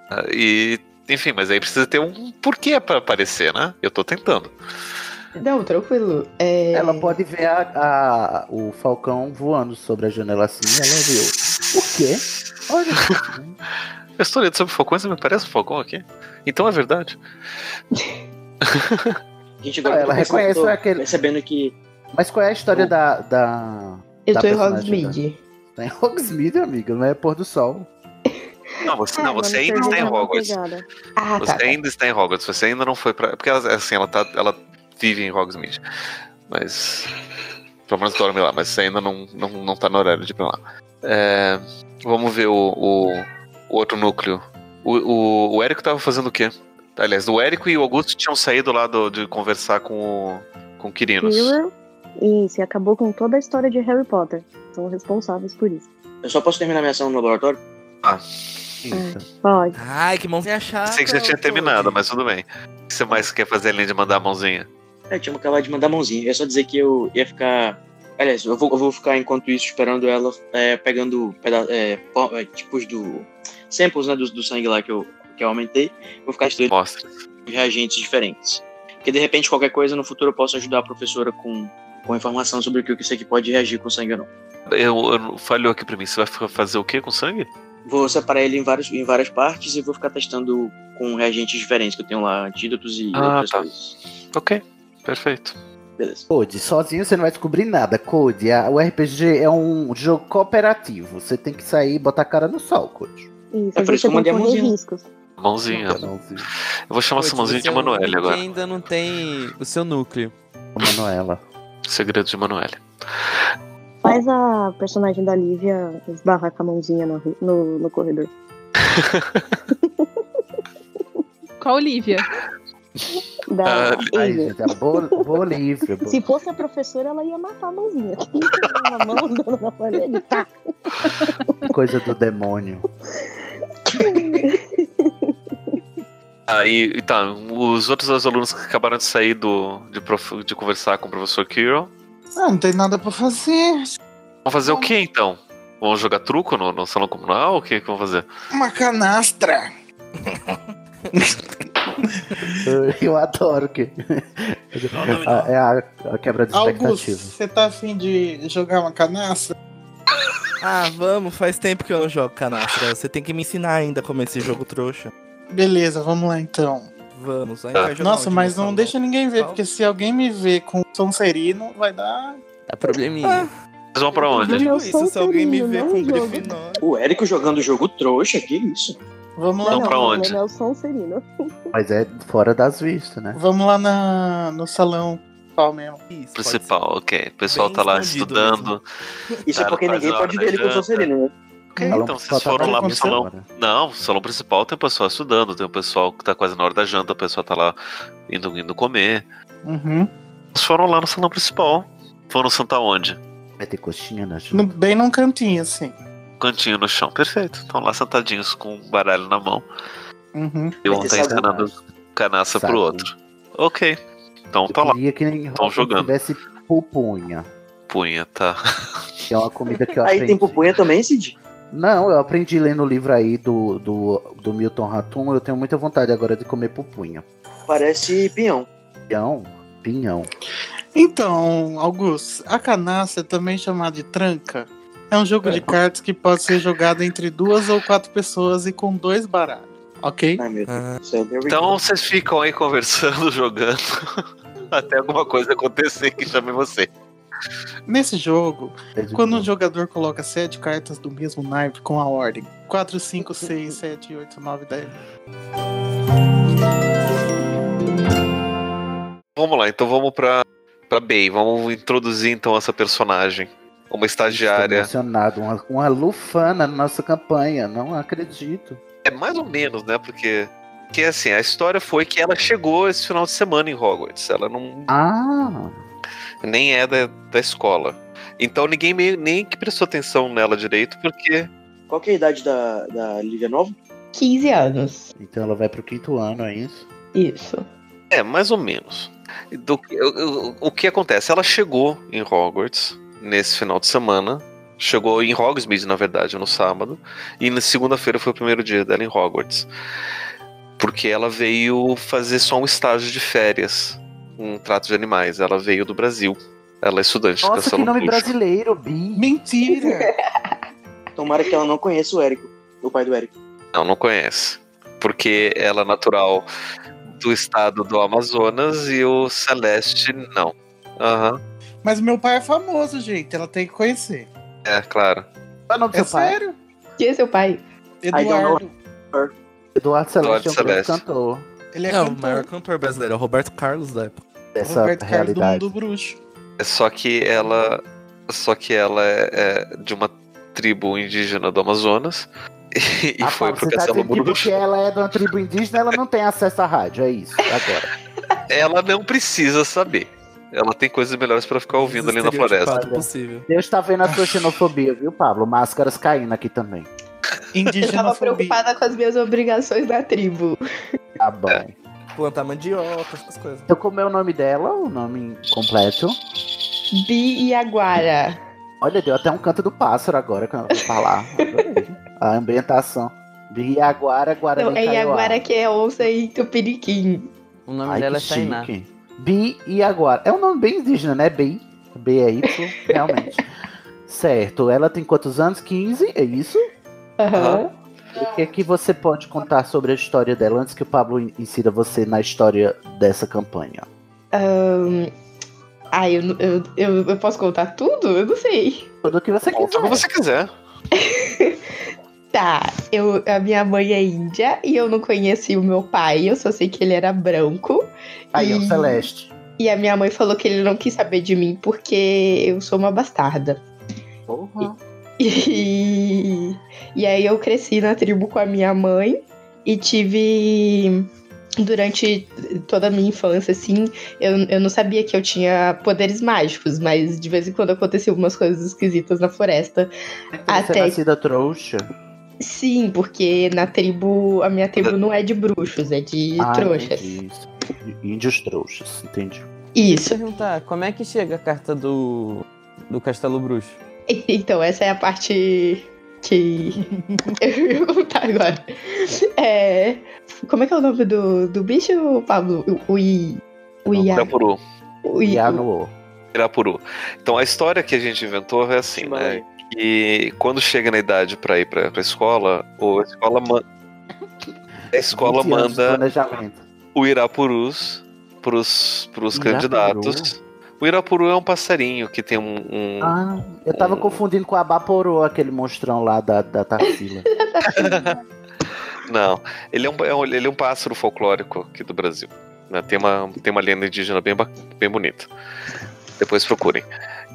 Speaker 1: Ah, E, enfim, mas aí precisa ter um porquê pra aparecer, né? Eu tô tentando.
Speaker 10: Não, tranquilo. É...
Speaker 3: Ela pode ver a- a- o Falcão voando sobre a janela assim e ela viu. O quê? Olha.
Speaker 1: Eu estou lendo sobre falcões e me parece um falcão aqui. Então é verdade.
Speaker 2: A gente agora
Speaker 3: Ah, ela
Speaker 2: tá pensando,
Speaker 3: reconhece
Speaker 2: tô
Speaker 3: aquele-
Speaker 2: Percebendo que.
Speaker 3: Mas qual é a história
Speaker 2: Oh.
Speaker 3: da. da...
Speaker 10: Eu
Speaker 3: Dá
Speaker 10: tô em
Speaker 3: personagem,
Speaker 10: Hogsmeade.
Speaker 3: Tá em Hogsmeade, amiga, não é pôr do sol.
Speaker 1: Não, você,
Speaker 9: Ah,
Speaker 1: não,
Speaker 9: mas
Speaker 1: você
Speaker 9: eu
Speaker 1: ainda
Speaker 9: perdi
Speaker 1: está em
Speaker 9: uma
Speaker 1: Hogwarts.
Speaker 9: pegada.
Speaker 10: Ah,
Speaker 1: Você
Speaker 10: tá. tá.
Speaker 1: ainda está em Hogwarts, você ainda não foi pra. Porque ela, assim, ela, tá, ela vive em Hogsmeade. Mas. Pelo menos dorme lá, mas você ainda não, não, não tá no horário de ir pra lá. É, vamos ver o, o- o outro núcleo. O, o, o Érico tava fazendo o quê? Aliás, o Érico e o Augusto tinham saído lá do- de conversar com o, com o Quirinos.
Speaker 9: Miller, Isso, e acabou com toda a história de Harry Potter. São responsáveis por isso.
Speaker 2: Eu só posso terminar minha ação no laboratório?
Speaker 10: É.
Speaker 3: Isso.
Speaker 9: Pode.
Speaker 8: Ai, que mãozinha chata.
Speaker 1: Sei que
Speaker 5: Ah,
Speaker 1: já
Speaker 5: tá,
Speaker 1: tinha
Speaker 8: ô,
Speaker 1: terminado,
Speaker 8: Tony.
Speaker 1: mas tudo bem. O que você mais quer fazer além de mandar a mãozinha?
Speaker 2: É, tinha acabado de mandar a mãozinha. É só dizer que eu ia ficar. Aliás, eu vou, eu vou ficar enquanto isso esperando ela é, pegando peda- é, po- é, tipos do. samples né, do, do sangue lá que eu, que eu aumentei. Vou ficar estudando
Speaker 1: Mostra.
Speaker 2: reagentes diferentes. Porque de repente qualquer coisa no futuro eu posso ajudar a professora com, com informação sobre o que isso aqui pode reagir com sangue ou não.
Speaker 1: Eu, eu- falhou aqui pra mim. Você vai fa- fazer o quê com sangue?
Speaker 2: Vou separar ele em, vários, em várias partes e vou ficar testando com reagentes diferentes que eu tenho lá, antídotos e
Speaker 1: Ah,
Speaker 2: outras
Speaker 1: tá.
Speaker 2: coisas.
Speaker 1: Ok, perfeito.
Speaker 2: Beleza.
Speaker 3: Code, sozinho você não vai descobrir nada. Code, a- o RPG é um jogo cooperativo. Você tem que sair e botar a cara no sol, Code.
Speaker 2: É
Speaker 9: Isso, a
Speaker 2: por
Speaker 9: gente
Speaker 2: isso que eu
Speaker 9: tem que
Speaker 2: mandei a
Speaker 9: correr
Speaker 2: mãozinha.
Speaker 9: riscos.
Speaker 1: Mãozinha. Eu
Speaker 3: Não, viu?
Speaker 1: vou chamar
Speaker 5: Putz,
Speaker 1: essa mãozinha
Speaker 5: você
Speaker 1: de
Speaker 5: é um
Speaker 1: Emanuele
Speaker 5: que
Speaker 1: agora.
Speaker 5: ainda não tem o seu núcleo.
Speaker 3: Manuela.
Speaker 1: Segredo de Emanuele.
Speaker 9: Faz a personagem da Lívia esbarrar com a mãozinha na ru- no, no corredor.
Speaker 6: Com a Olivia.
Speaker 9: Da
Speaker 1: Ah,
Speaker 2: Uhum.
Speaker 3: Ai,
Speaker 9: Amy.
Speaker 3: gente, é Bo- Bolívia. Bo-
Speaker 9: Se fosse a professora, ela ia matar a mãozinha. (laughs) Uma mão andando na parede. Tá.
Speaker 3: Coisa do demônio. (laughs)
Speaker 1: Ah, e, e tá, os outros dois alunos que acabaram de sair do, de, prof- de conversar com o professor Kirill.
Speaker 4: Ah, não tem nada pra fazer.
Speaker 1: Vão fazer o que então? Vão jogar truco no, no salão comunal? O que, que vão fazer?
Speaker 4: Uma canastra.
Speaker 3: Eu adoro que. Ah, É a, a quebra de
Speaker 4: Augusto,
Speaker 3: expectativa.
Speaker 4: você tá afim de jogar uma canastra?
Speaker 8: Ah, vamos, faz tempo que eu não jogo canastra. Você tem que me ensinar ainda como é esse jogo trouxa.
Speaker 4: Beleza, vamos lá então.
Speaker 8: Vamos, aí
Speaker 1: Tá.
Speaker 8: vai jogar
Speaker 4: Nossa,
Speaker 8: onde,
Speaker 4: mas
Speaker 8: no
Speaker 4: não
Speaker 8: salão?
Speaker 4: deixa ninguém ver,
Speaker 8: Não.
Speaker 4: porque se alguém me ver com um Sonserino, vai dar.
Speaker 5: Dá É probleminha.
Speaker 8: Ah,
Speaker 1: Vocês vão pra
Speaker 8: Eu
Speaker 1: onde?
Speaker 8: digo
Speaker 9: Eu sou
Speaker 8: isso, se alguém me
Speaker 9: terrível,
Speaker 8: ver
Speaker 9: não
Speaker 8: com
Speaker 9: jogo.
Speaker 8: Grifinória.
Speaker 2: O Érico jogando o jogo trouxa, que isso?
Speaker 4: Vamos lá,
Speaker 1: Não, pra onde?
Speaker 9: Não, é o Sonserino.
Speaker 3: Mas é fora das vistas, né?
Speaker 4: vamos lá na, no salão qual mesmo.
Speaker 8: Isso, pode ser.
Speaker 1: Principal, ok. O pessoal
Speaker 8: Bem
Speaker 1: tá lá
Speaker 8: escondido
Speaker 1: estudando.
Speaker 2: Isso é
Speaker 1: Cara,
Speaker 2: porque
Speaker 1: faz
Speaker 2: ninguém
Speaker 1: a
Speaker 2: pode
Speaker 1: hora
Speaker 2: ver ele
Speaker 1: da
Speaker 2: com o
Speaker 1: janta.
Speaker 2: Sonserino, né?
Speaker 1: Ok,
Speaker 3: Salão-
Speaker 1: então vocês
Speaker 3: só tá
Speaker 1: foram lá
Speaker 3: na
Speaker 1: pro
Speaker 3: mesa
Speaker 1: salão.
Speaker 3: agora.
Speaker 1: Não, o salão principal tem o pessoal estudando, tem o pessoal que tá quase na hora da janta, o pessoal tá lá indo, indo comer.
Speaker 4: Uhum.
Speaker 1: Vocês foram lá no salão principal. Foram sentar onde?
Speaker 3: Vai ter coxinha na
Speaker 4: No-
Speaker 3: janta.
Speaker 4: bem num cantinho, assim.
Speaker 1: Cantinho no chão, perfeito. Estão lá sentadinhos com um baralho na mão.
Speaker 4: Uhum.
Speaker 1: E um
Speaker 2: ter
Speaker 1: tá
Speaker 2: saco.
Speaker 1: ensinando canaça
Speaker 3: Saco.
Speaker 1: pro outro. Ok. Então tá lá,
Speaker 3: Eu queria que nem
Speaker 1: Tão jogando.
Speaker 3: tivesse pupunha.
Speaker 1: punha, tá.
Speaker 3: Que é uma comida que eu
Speaker 2: Aí
Speaker 3: aprendi.
Speaker 2: tem pupunha também, Cid?
Speaker 3: Não, eu aprendi lendo o livro aí do, do, do Milton Ratum. Eu tenho muita vontade agora de comer pupunha.
Speaker 2: Parece pinhão.
Speaker 3: Pinhão, pinhão.
Speaker 4: Então, Augusto, a canastra, é também chamada de tranca, é um jogo de cartas que pode ser jogado entre duas ou quatro pessoas e com dois baralhos, ok?
Speaker 2: Ai, meu Deus do céu. there we
Speaker 1: Então
Speaker 2: go.
Speaker 1: vocês ficam aí conversando, (laughs) jogando. Até alguma coisa acontecer que chame você.
Speaker 4: Nesse jogo,
Speaker 3: Desde
Speaker 4: quando um
Speaker 3: então.
Speaker 4: jogador coloca sete cartas do mesmo naipe com a ordem 4, 5, 6, 7, 8, 9, 10.
Speaker 1: Vamos lá, então vamos pra, pra Bey. Vamos introduzir então essa personagem. Uma estagiária.
Speaker 3: Emocionado, uma, uma lufana na nossa campanha, não acredito.
Speaker 1: É mais ou menos, né? Porque. Porque assim, a história foi que ela chegou esse final de semana em Hogwarts. Ela não.
Speaker 3: Ah,
Speaker 1: nem é da, da escola. Então ninguém meio, nem que prestou atenção nela direito, porque.
Speaker 2: Qual que é a idade da, da Lívia Nova?
Speaker 10: 15 anos.
Speaker 3: então ela vai pro quinto ano, é isso?
Speaker 10: Isso.
Speaker 1: É, mais ou menos. Do, que- o, o- o que acontece? Ela chegou em Hogwarts nesse final de semana. Chegou em Hogsmeade, na verdade, no sábado. E na segunda-feira foi o primeiro dia dela em Hogwarts. Porque ela veio fazer só um estágio de férias. Um trato de animais. Ela veio do Brasil. Ela é estudante de
Speaker 3: Nossa, que
Speaker 1: Castelo
Speaker 3: nome
Speaker 1: Bruxo.
Speaker 3: brasileiro, Bi.
Speaker 4: Mentira!
Speaker 2: Tomara que ela não conheça o Érico, o pai do Érico.
Speaker 1: Não, não conhece. Porque ela é natural do estado do Amazonas e o Celeste não. Aham.
Speaker 4: Mas meu pai é famoso, gente. Ela tem que conhecer.
Speaker 1: É, claro.
Speaker 3: Qual é o nome do
Speaker 4: É
Speaker 3: seu pai? um
Speaker 4: sério.
Speaker 10: Quem é seu pai?
Speaker 2: don't know.
Speaker 4: Eduardo.
Speaker 3: Eduardo Celeste é um
Speaker 1: Eduardo
Speaker 3: grande
Speaker 1: Celeste.
Speaker 3: cantor
Speaker 4: Ele é
Speaker 8: Não, o
Speaker 4: cantor.
Speaker 8: maior cantor brasileiro é o Roberto Carlos da época.
Speaker 3: dessa
Speaker 4: Roberto Carlos do
Speaker 3: realidade.
Speaker 4: Mundo Bruxo.
Speaker 1: É só que ela. Só que ela é, é de uma tribo indígena do Amazonas. (laughs) E,
Speaker 3: Ah,
Speaker 1: foi é
Speaker 3: Paulo,
Speaker 1: pro
Speaker 3: você tá
Speaker 1: Castelo
Speaker 3: dizendo que
Speaker 1: Bruxo.
Speaker 3: porque ela é de uma tribo indígena, ela não tem acesso à rádio, é isso, agora.
Speaker 1: Ela não precisa saber. Ela tem coisas melhores pra ficar ouvindo ali na
Speaker 8: tipo,
Speaker 1: floresta.
Speaker 8: Estereotipado possível.
Speaker 3: Deus tá vendo a sua xenofobia, viu, Pablo? Máscaras caindo aqui também.
Speaker 10: Eu
Speaker 4: Indígena
Speaker 10: tava preocupada com as minhas obrigações da tribo.
Speaker 3: Tá bom.
Speaker 8: Plantar mandioca, essas coisas.
Speaker 3: Então, como é o nome dela, o nome completo?
Speaker 10: Bi e Aguara.
Speaker 3: Olha, deu até um canto do pássaro agora que eu vou
Speaker 5: (laughs)
Speaker 3: falar. Adorei. a ambientação. Biaguara, Guarani,
Speaker 10: Não, é
Speaker 3: Kaiowá.
Speaker 10: Iaguara que é onça e Tupiniquim.
Speaker 5: O nome
Speaker 3: Ai,
Speaker 5: dela é
Speaker 3: que
Speaker 5: Tainá.
Speaker 3: chique. Bi e agora. É um nome bem indígena, né? Bi. B é Y, realmente. certo. Ela tem quantos anos? 15, é isso?
Speaker 10: Aham.
Speaker 3: O que é que você pode contar sobre a história dela antes que o Pablo in- insira você na história dessa campanha?
Speaker 10: Ah, eu, não- eu, eu, eu posso contar tudo? Eu não sei.
Speaker 3: Tudo o que você
Speaker 1: Conta
Speaker 3: quiser.
Speaker 1: como Então, você quiser.
Speaker 10: Tá, eu, a minha mãe é índia e eu não conheci o meu pai, eu só sei que ele era branco.
Speaker 3: Aí, ó,
Speaker 10: E-
Speaker 3: Celeste.
Speaker 10: E a minha mãe falou que ele não quis saber de mim porque eu sou uma bastarda. (laughs) E, e aí eu cresci na tribo com a minha mãe e tive. Durante toda a minha infância, assim, eu, eu não sabia que eu tinha poderes mágicos, mas de vez em quando aconteciam algumas coisas esquisitas na floresta.
Speaker 3: Você
Speaker 10: Até-
Speaker 3: é nascida trouxa?
Speaker 10: Sim, porque na tribo, a minha tribo não é de bruxos, é de
Speaker 3: Ah,
Speaker 10: trouxas.
Speaker 3: entendi isso. Índios trouxas, entendi.
Speaker 10: Isso.
Speaker 5: Perguntar, como é que chega a carta do. do Castelo Bruxo?
Speaker 10: E- Então, essa é a parte (laughs) que eu ia contar agora. É, Como é que é o nome do, do bicho, Pablo? O, o, I- o
Speaker 3: é.
Speaker 10: Ia.
Speaker 1: Irapuru.
Speaker 10: O
Speaker 3: E a
Speaker 10: Ia.
Speaker 3: Noô.
Speaker 1: Irapuru. Então a história que a gente inventou é assim, né? E quando chega na idade pra ir pra, pra escola, ou a escola manda. A escola
Speaker 3: 20 anos né? de
Speaker 1: manda
Speaker 3: Planejamento.
Speaker 1: o Irapurus pros, pros
Speaker 3: Irapuru?
Speaker 1: candidatos. O Irapuru é um passarinho que tem um.
Speaker 5: É.
Speaker 1: um-
Speaker 3: Ah, eu tava
Speaker 1: Hum.
Speaker 3: confundindo com a Baporô, aquele monstrão lá da, da
Speaker 5: (laughs)
Speaker 3: Tarsila.
Speaker 1: Não. Ele é um, é um- ele é um pássaro folclórico aqui do Brasil. né? Tem, uma, tem uma lenda indígena bem, ba- bem bonita. Depois procurem.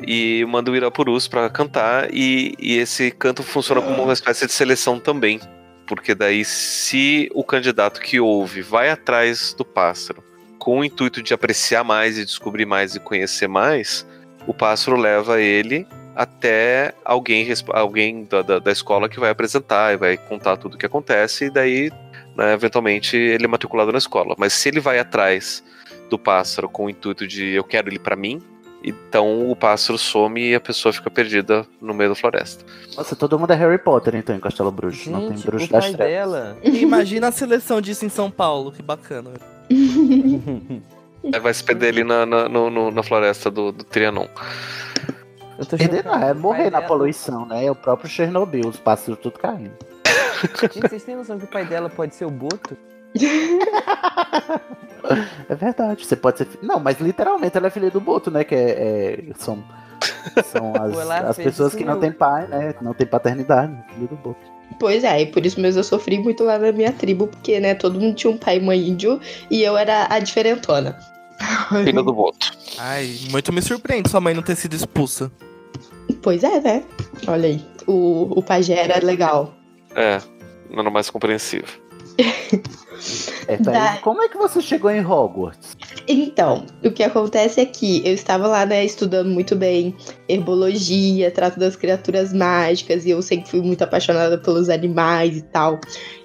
Speaker 1: E manda o Irapurus pra cantar, e, e esse canto funciona como uma espécie de seleção também. Porque daí, se o candidato que ouve vai atrás do pássaro com o intuito de apreciar mais e descobrir mais e conhecer mais, o pássaro leva ele até alguém, resp- alguém da, da, da escola que vai apresentar e vai contar tudo o que acontece, e daí, né, eventualmente, ele é matriculado na escola. Mas se ele vai atrás do pássaro com o intuito de eu quero ele pra mim, então o pássaro some e a pessoa fica perdida no meio da floresta.
Speaker 3: Nossa, todo mundo é Harry Potter, então, em Castelo Bruxo. não tem
Speaker 5: Gente,
Speaker 3: bruxo
Speaker 5: o
Speaker 3: das
Speaker 5: pai
Speaker 3: trevas.
Speaker 5: dela.
Speaker 8: Imagina a seleção disso em São Paulo, que bacana.
Speaker 1: Aí vai se perder ali na, na, no- no- na floresta do, do Trianon.
Speaker 5: Eu tô
Speaker 3: Entender
Speaker 5: chocado.
Speaker 3: não, é
Speaker 5: O
Speaker 3: morrer
Speaker 5: pai
Speaker 3: na
Speaker 5: dela-
Speaker 3: poluição, né? É o próprio Chernobyl, os pássaros tudo caindo.
Speaker 5: Gente, vocês têm noção que o pai dela pode ser o Boto?
Speaker 3: É verdade, você pode ser. fi- Não, mas literalmente ela é filha do Boto, né? Que é, é- são,
Speaker 1: (laughs)
Speaker 3: são as,
Speaker 5: Foi lá,
Speaker 3: as
Speaker 5: fez
Speaker 3: pessoas
Speaker 5: isso
Speaker 3: que não
Speaker 5: meu.
Speaker 3: têm pai, né? Que não tem paternidade, filho do Boto.
Speaker 10: Pois é, e por isso mesmo eu sofri muito lá na minha tribo, porque, né, todo mundo tinha um pai e mãe índio e eu era a diferentona.
Speaker 1: Filho do voto.
Speaker 8: Ai, muito me surpreende sua mãe não ter sido expulsa.
Speaker 10: Pois é, né? Olha aí. O, o pajé era legal.
Speaker 1: É, não era mais compreensivo.
Speaker 3: É, tá aí.
Speaker 10: Da-
Speaker 3: Como é que você chegou em Hogwarts?
Speaker 10: Então, o que acontece é que eu estava lá, né, estudando muito bem herbologia, trato das criaturas mágicas, e eu sempre fui muito apaixonada pelos animais e tal.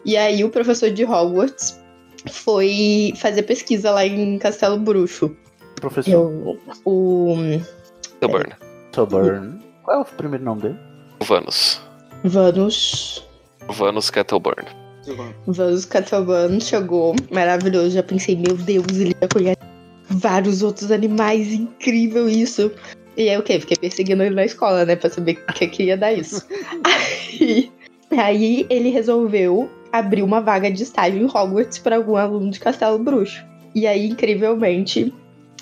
Speaker 10: E aí o professor de Hogwarts foi fazer pesquisa lá em Castelo Bruxo.
Speaker 3: Professor
Speaker 10: Eu, o
Speaker 1: Taberna.
Speaker 3: Toburn. Qual é o primeiro nome dele? (laughs)
Speaker 1: Vanus.
Speaker 10: Vanus
Speaker 1: Vanus Kettleburn.
Speaker 10: Vamos Catalano chegou, maravilhoso. Já pensei, meu Deus, ele já conhece vários outros animais, incrível isso. E aí o quê? Fiquei perseguindo ele na escola, né, pra saber o que, que ia dar isso. aí, aí ele resolveu abrir uma vaga de estágio em Hogwarts pra algum aluno de Castelo Bruxo. E aí, incrivelmente,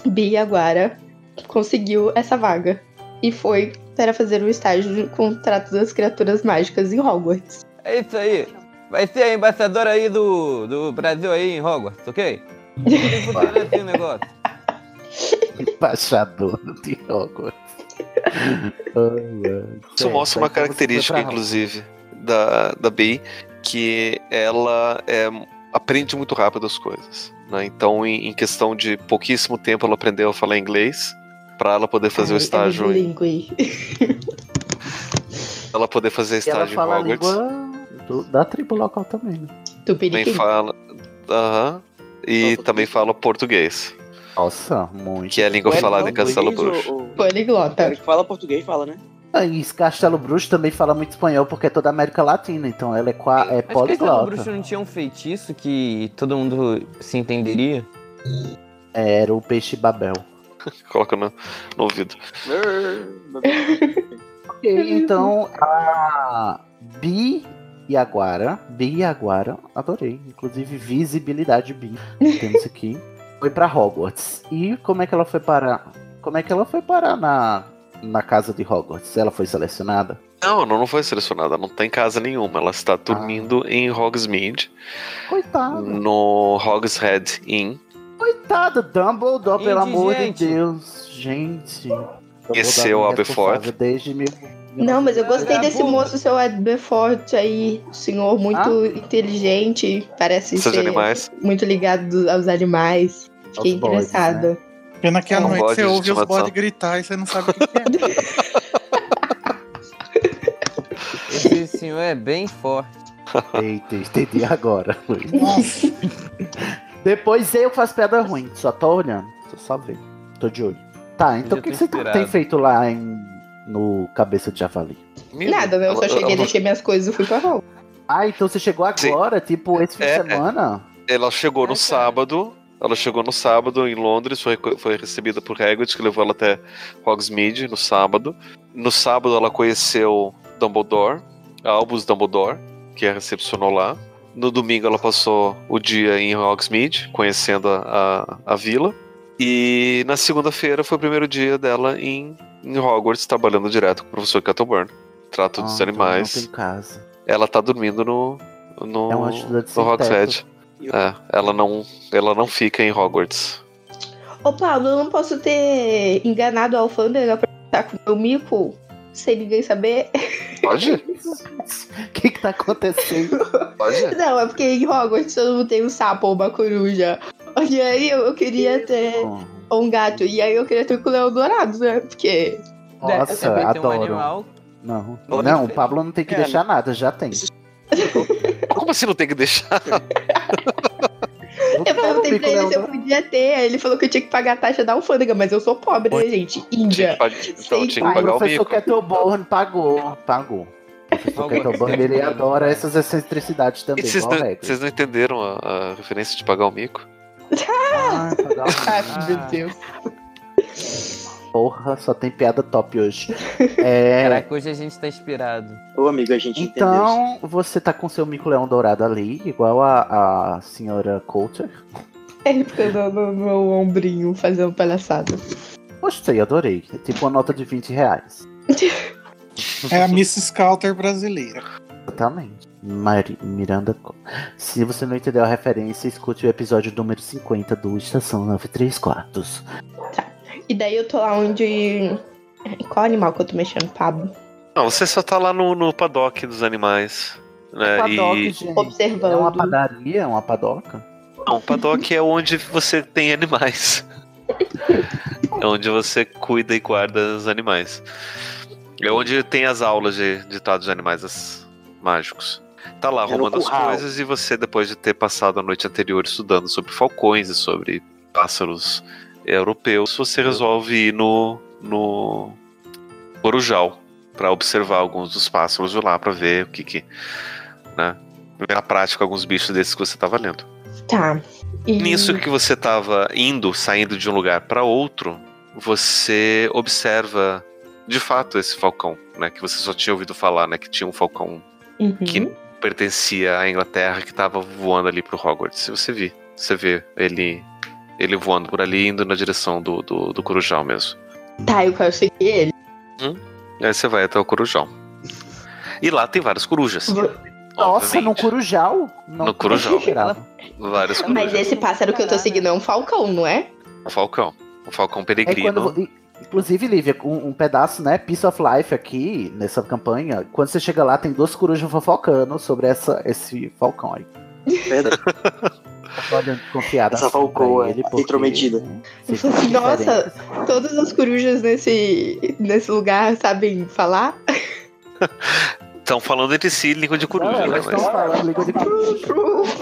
Speaker 10: Bia Aguara conseguiu essa vaga e foi para fazer um estágio com o trato das criaturas mágicas em Hogwarts.
Speaker 11: É isso aí. Vai ser a embaixadora aí do, do Brasil aí em Hogwarts, ok? Não tem funciona assim o negócio.
Speaker 3: Embaixador de Hogwarts. (laughs)
Speaker 1: Isso
Speaker 3: então
Speaker 1: mostra uma característica, inclusive, da, da Bey, que ela é, aprende muito rápido as coisas. né? Então, em, em questão de pouquíssimo tempo, ela aprendeu a falar inglês para ela poder fazer o estágio. em- (laughs) Ela poder fazer
Speaker 3: Ela
Speaker 1: estágio em
Speaker 3: fala a
Speaker 1: Hogwarts.
Speaker 3: língua do- da tribo local também, né?
Speaker 1: Também fala. Aham. E também fala português.
Speaker 3: Nossa, muito.
Speaker 1: Que é a língua falada em Castelo Bruxo.
Speaker 10: Poliglota.
Speaker 2: que fala português, fala,
Speaker 1: (laughs)
Speaker 2: né?
Speaker 3: Ah, E Castelo Bruxo também fala muito espanhol porque é toda a América Latina, então ela é, qua- é
Speaker 11: Acho que Castelo
Speaker 3: poliglota.
Speaker 11: Bruxo não tinha um feitiço que todo mundo se entenderia.
Speaker 3: É, Era o peixe Babel.
Speaker 1: Coloca no, no ouvido.
Speaker 3: Ok, então a Bi Yaguara, Bi Yaguara, adorei, inclusive visibilidade Bi,
Speaker 11: (laughs)
Speaker 3: temos aqui, foi pra Hogwarts. E como é que ela foi parar? Como é que ela foi parar na, na casa de Hogwarts? Ela foi selecionada?
Speaker 1: Não, não, não foi selecionada. Não tem casa nenhuma. Ela está
Speaker 8: Ah.
Speaker 1: dormindo em Hogsmeade,
Speaker 3: Coitada,
Speaker 1: no Hogshead Inn.
Speaker 3: coitada, Dumbledore, pelo amor de
Speaker 11: Indigente.
Speaker 3: Deus, gente.
Speaker 1: Esse
Speaker 3: Dumbledore
Speaker 1: é o
Speaker 3: me
Speaker 1: Aberforth.
Speaker 3: responsável Desde mil...
Speaker 10: Não, mas eu gostei
Speaker 3: Era
Speaker 10: desse
Speaker 3: burro.
Speaker 10: moço, seu Adberforte aí. Senhor
Speaker 3: Ah,
Speaker 10: muito inteligente, parece
Speaker 1: Seus
Speaker 10: ser
Speaker 1: animais.
Speaker 10: muito ligado do- aos animais. Fiquei
Speaker 1: Aos
Speaker 3: né?
Speaker 1: bodes,
Speaker 10: interessada.
Speaker 4: Pena que à
Speaker 10: É.
Speaker 4: noite
Speaker 1: Bode
Speaker 4: você
Speaker 1: de
Speaker 4: ouve os
Speaker 1: estimação.
Speaker 4: bodes gritar e você não sabe o que que é.
Speaker 11: Esse senhor é bem forte.
Speaker 3: Eita, entendi agora, (laughs) Luiz. Depois eu faço pedra ruim, só tô olhando, tô só vendo, tô de olho. Tá, então
Speaker 11: Já
Speaker 3: o que,
Speaker 11: tô
Speaker 3: que você
Speaker 11: inspirado.
Speaker 3: tem feito lá em, no Cabeça de Javali?
Speaker 10: Nada, né? Eu só
Speaker 1: Ela-
Speaker 10: cheguei,
Speaker 1: ela-
Speaker 10: deixei minhas coisas e fui pra rua.
Speaker 3: Ah, então você chegou agora, tipo, esse fim
Speaker 1: É.
Speaker 3: de semana?
Speaker 1: Ela chegou
Speaker 10: tá.
Speaker 1: no sábado. Ela chegou no sábado em Londres, foi, foi recebida por Hagrid, que levou ela até Hogsmeade no sábado. No sábado ela conheceu Dumbledore, Albus Dumbledore, que a recepcionou lá. No domingo ela passou o dia em Hogsmeade, conhecendo a, a, a vila. E na segunda-feira foi o primeiro dia dela em, em Hogwarts, trabalhando direto com o professor Kettleburn. Trato dos
Speaker 3: Ah,
Speaker 1: animais.
Speaker 3: Não tem casa. (laughs)
Speaker 1: Ela tá dormindo no. no
Speaker 3: É uma estudante
Speaker 1: no
Speaker 3: sem
Speaker 1: Hogshead.
Speaker 2: teto.
Speaker 1: É, ela não, ela não fica em Hogwarts.
Speaker 10: Ô, Pablo, eu não posso ter enganado a Alfander pra estar com o meu mico sem ninguém saber.
Speaker 1: Pode?
Speaker 3: O que que tá acontecendo?
Speaker 1: Pode?
Speaker 10: Não, é porque em Hogwarts todo mundo tem um sapo ou uma coruja. E aí eu, eu queria ter ou um gato. E aí eu queria ter com o leão dourado, né? Porque. né?
Speaker 3: Nossa,
Speaker 11: Vai ter um
Speaker 3: adoro.
Speaker 11: animal.
Speaker 3: não,
Speaker 1: Olha,
Speaker 3: não, o Pablo não tem que
Speaker 1: cara.
Speaker 3: deixar nada, já tem.
Speaker 1: Como assim não tem que deixar?
Speaker 10: Eu perguntei
Speaker 3: bico
Speaker 10: pra ele
Speaker 3: leão
Speaker 10: se eu
Speaker 3: dourado.
Speaker 10: podia ter, aí ele falou que eu tinha que pagar a taxa da alfândega, mas eu sou pobre, né, gente?
Speaker 1: Tinha que
Speaker 10: Índia.
Speaker 1: pag- então
Speaker 10: Sim,
Speaker 1: tinha que
Speaker 3: O
Speaker 1: pagar o
Speaker 3: professor
Speaker 1: mico.
Speaker 3: Kettleborn pagou, pagou. O professor
Speaker 11: Alguém
Speaker 3: Kettleborn,
Speaker 11: tem
Speaker 3: ele
Speaker 11: que-
Speaker 3: adora essas excentricidades
Speaker 1: E
Speaker 3: também,
Speaker 1: Vocês
Speaker 3: igual
Speaker 1: não,
Speaker 3: o Hagrid.
Speaker 1: vocês não entenderam a, a referência de pagar o mico?
Speaker 3: Ah, pagar o
Speaker 10: Ai,
Speaker 11: Ah.
Speaker 10: meu Deus.
Speaker 3: Porra, só tem piada top
Speaker 10: (laughs)
Speaker 3: hoje. É,
Speaker 11: Caraca, hoje a gente tá inspirado.
Speaker 2: Ô, amigo, a gente entendeu.
Speaker 3: então, você tá com seu mico-leão dourado ali, igual a, a senhora Coulter.
Speaker 10: É, Ele ficou no, no meu ombrinho fazendo palhaçada.
Speaker 3: Gostei, adorei. É tipo uma nota de 20 reais.
Speaker 4: (laughs) É a Miss Scouter brasileira.
Speaker 3: Exatamente. Mari- Miranda. Co- Se você não entendeu a referência, escute o episódio número 50 do Estação 93 Quartos.
Speaker 10: E daí eu tô lá onde. Qual animal que eu tô mexendo? Pablo.
Speaker 1: Não, você só tá lá no, no paddock dos animais. Né? e...
Speaker 10: Observando.
Speaker 3: É uma padaria, é uma padoca.
Speaker 1: Não, o paddock é onde você tem animais. É onde você cuida e guarda os animais. É onde tem as aulas de ditados de animais as- mágicos. Tá lá
Speaker 2: Era o
Speaker 1: arrumando as
Speaker 2: curral.
Speaker 1: coisas e você, depois de ter passado a noite anterior estudando sobre falcões e sobre pássaros europeus, você resolve ir no, no Corujal para observar alguns dos pássaros de lá, para ver o que que. Né, ver na prática alguns bichos desses que você tava lendo.
Speaker 10: Tá. E...
Speaker 1: Nisso que você estava indo, saindo de um lugar para outro, você observa de fato esse falcão, né? Que você só tinha ouvido falar, né? Que tinha um falcão
Speaker 10: Uhum.
Speaker 1: que pertencia à Inglaterra que estava voando ali pro Hogwarts. E Você vê, você vê ele ele voando por ali, indo na direção do, do, do Corujão mesmo.
Speaker 10: Tá, eu quero seguir ele.
Speaker 1: Aí você vai até o Corujão. E lá tem várias corujas.
Speaker 3: Nossa, num curujal? Não,
Speaker 1: No Corujão.
Speaker 3: Tirava.
Speaker 1: Várias
Speaker 10: Mas
Speaker 1: corujas.
Speaker 10: esse pássaro que eu tô seguindo é um falcão, não é?
Speaker 1: Um falcão. Um falcão
Speaker 3: É
Speaker 1: peregrino.
Speaker 3: quando, vo- i- inclusive, Lívia, um, um pedaço, né? Piece of Life aqui nessa campanha. Quando você chega lá, tem duas corujas fofocando sobre essa, esse falcão aí. Tô olhando confiada.
Speaker 2: Essa
Speaker 3: assim pra
Speaker 2: falcoa
Speaker 3: ele, porque- é um
Speaker 2: intrometida.
Speaker 3: Vocês são
Speaker 10: Nossa,
Speaker 3: diferentes.
Speaker 10: todas as corujas nesse, nesse lugar sabem falar?
Speaker 1: Estão falando entre si língua de coruja,
Speaker 3: Não, então
Speaker 1: né?
Speaker 3: É, elas
Speaker 1: mas-
Speaker 3: estão falando língua de coruja.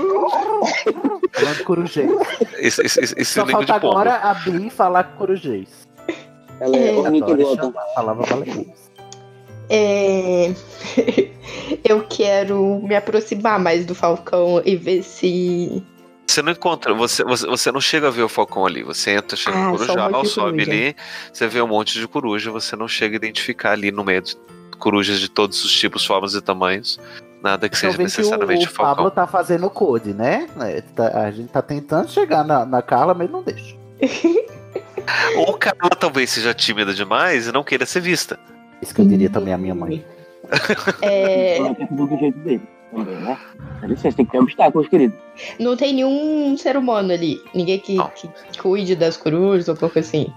Speaker 3: falando corujês.
Speaker 1: Esse, esse, esse, esse
Speaker 3: Só
Speaker 1: é língua
Speaker 3: falta
Speaker 1: de pombo.
Speaker 3: agora a Bri falar corujês.
Speaker 2: Ela
Speaker 10: é
Speaker 2: ornitorota.
Speaker 3: A palavra vale
Speaker 10: É... (laughs) eu quero me aproximar mais do falcão e ver se.
Speaker 1: Você não encontra, você, você, você não chega a ver o falcão ali. Você entra, chega
Speaker 10: Ah,
Speaker 1: no
Speaker 10: só um monte
Speaker 1: corujal,
Speaker 10: de
Speaker 1: sobe
Speaker 10: coruja.
Speaker 1: ali, você vê um monte de coruja, você não chega a identificar ali no meio de corujas de todos os tipos, formas e tamanhos. Nada que
Speaker 3: Então
Speaker 1: seja
Speaker 3: vê que o,
Speaker 1: necessariamente o
Speaker 3: o Pablo
Speaker 1: falcão.
Speaker 3: tá fazendo code, né? É, tá- a gente tá tentando chegar na, na Carla, mas não deixa.
Speaker 1: Ou Carla talvez seja tímida demais e não queira ser vista.
Speaker 3: Isso que eu diria também à minha mãe.
Speaker 10: é,
Speaker 2: Ela quer tudo do jeito dele também, né? Dá licença, tem que ter obstáculos, querido.
Speaker 10: Não tem nenhum ser humano ali. Ninguém que, que cuide das corujas ou alguma coisa assim.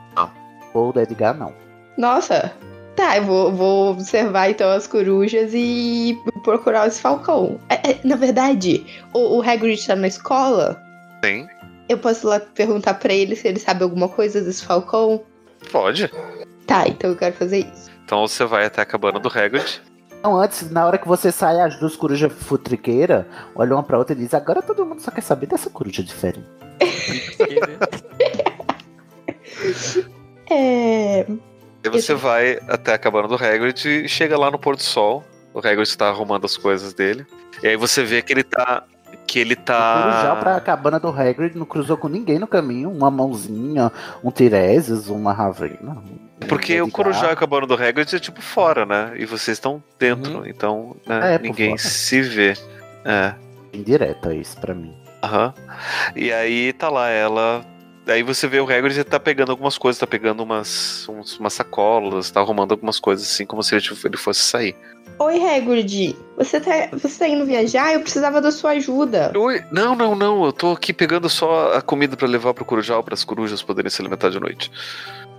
Speaker 3: Ou do Edgar, não.
Speaker 10: Nossa. Tá, eu vou, vou observar então as corujas e procurar esse falcão. É, é, na verdade, o, o Hagrid tá na escola.
Speaker 1: Sim,
Speaker 10: Eu posso ir lá perguntar pra ele se ele sabe alguma coisa desse falcão?
Speaker 1: pode.
Speaker 10: Tá, então eu quero fazer isso.
Speaker 1: Então você vai até a cabana do Hagrid.
Speaker 3: Então, antes, na hora que você sai, as duas corujas futriqueiras olham uma pra outra e dizem: Agora todo mundo só quer saber dessa coruja diferente.
Speaker 10: É.
Speaker 1: Aí você vai até a cabana do Hagrid e chega lá no pôr do sol. O Hagrid tá arrumando as coisas dele. E aí você vê que ele tá. Que ele
Speaker 3: O Corujal
Speaker 1: tá.
Speaker 3: pra cabana do Hagrid não cruzou com ninguém no caminho. Uma mãozinha, um Tiresias, uma Ravena. um
Speaker 1: Porque o
Speaker 3: Edgar.
Speaker 1: Corujão e a Cabana do Hagrid é tipo fora, né? E vocês estão dentro, então né,
Speaker 3: Ah, é por
Speaker 1: ninguém
Speaker 3: fora.
Speaker 1: se vê. É.
Speaker 3: Indireta isso pra mim.
Speaker 1: Aham. E aí tá lá ela. Aí você vê o Hagrid ele tá pegando algumas coisas, tá pegando umas, uns- umas sacolas, tá arrumando algumas coisas assim, como se ele, tiv- ele fosse sair.
Speaker 10: Oi, Hagrid. Você tá, você tá indo viajar? Eu precisava da sua ajuda.
Speaker 1: Oi, não, não, não, eu tô aqui pegando só a comida pra levar pro Corujal, para as corujas poderem se alimentar de noite.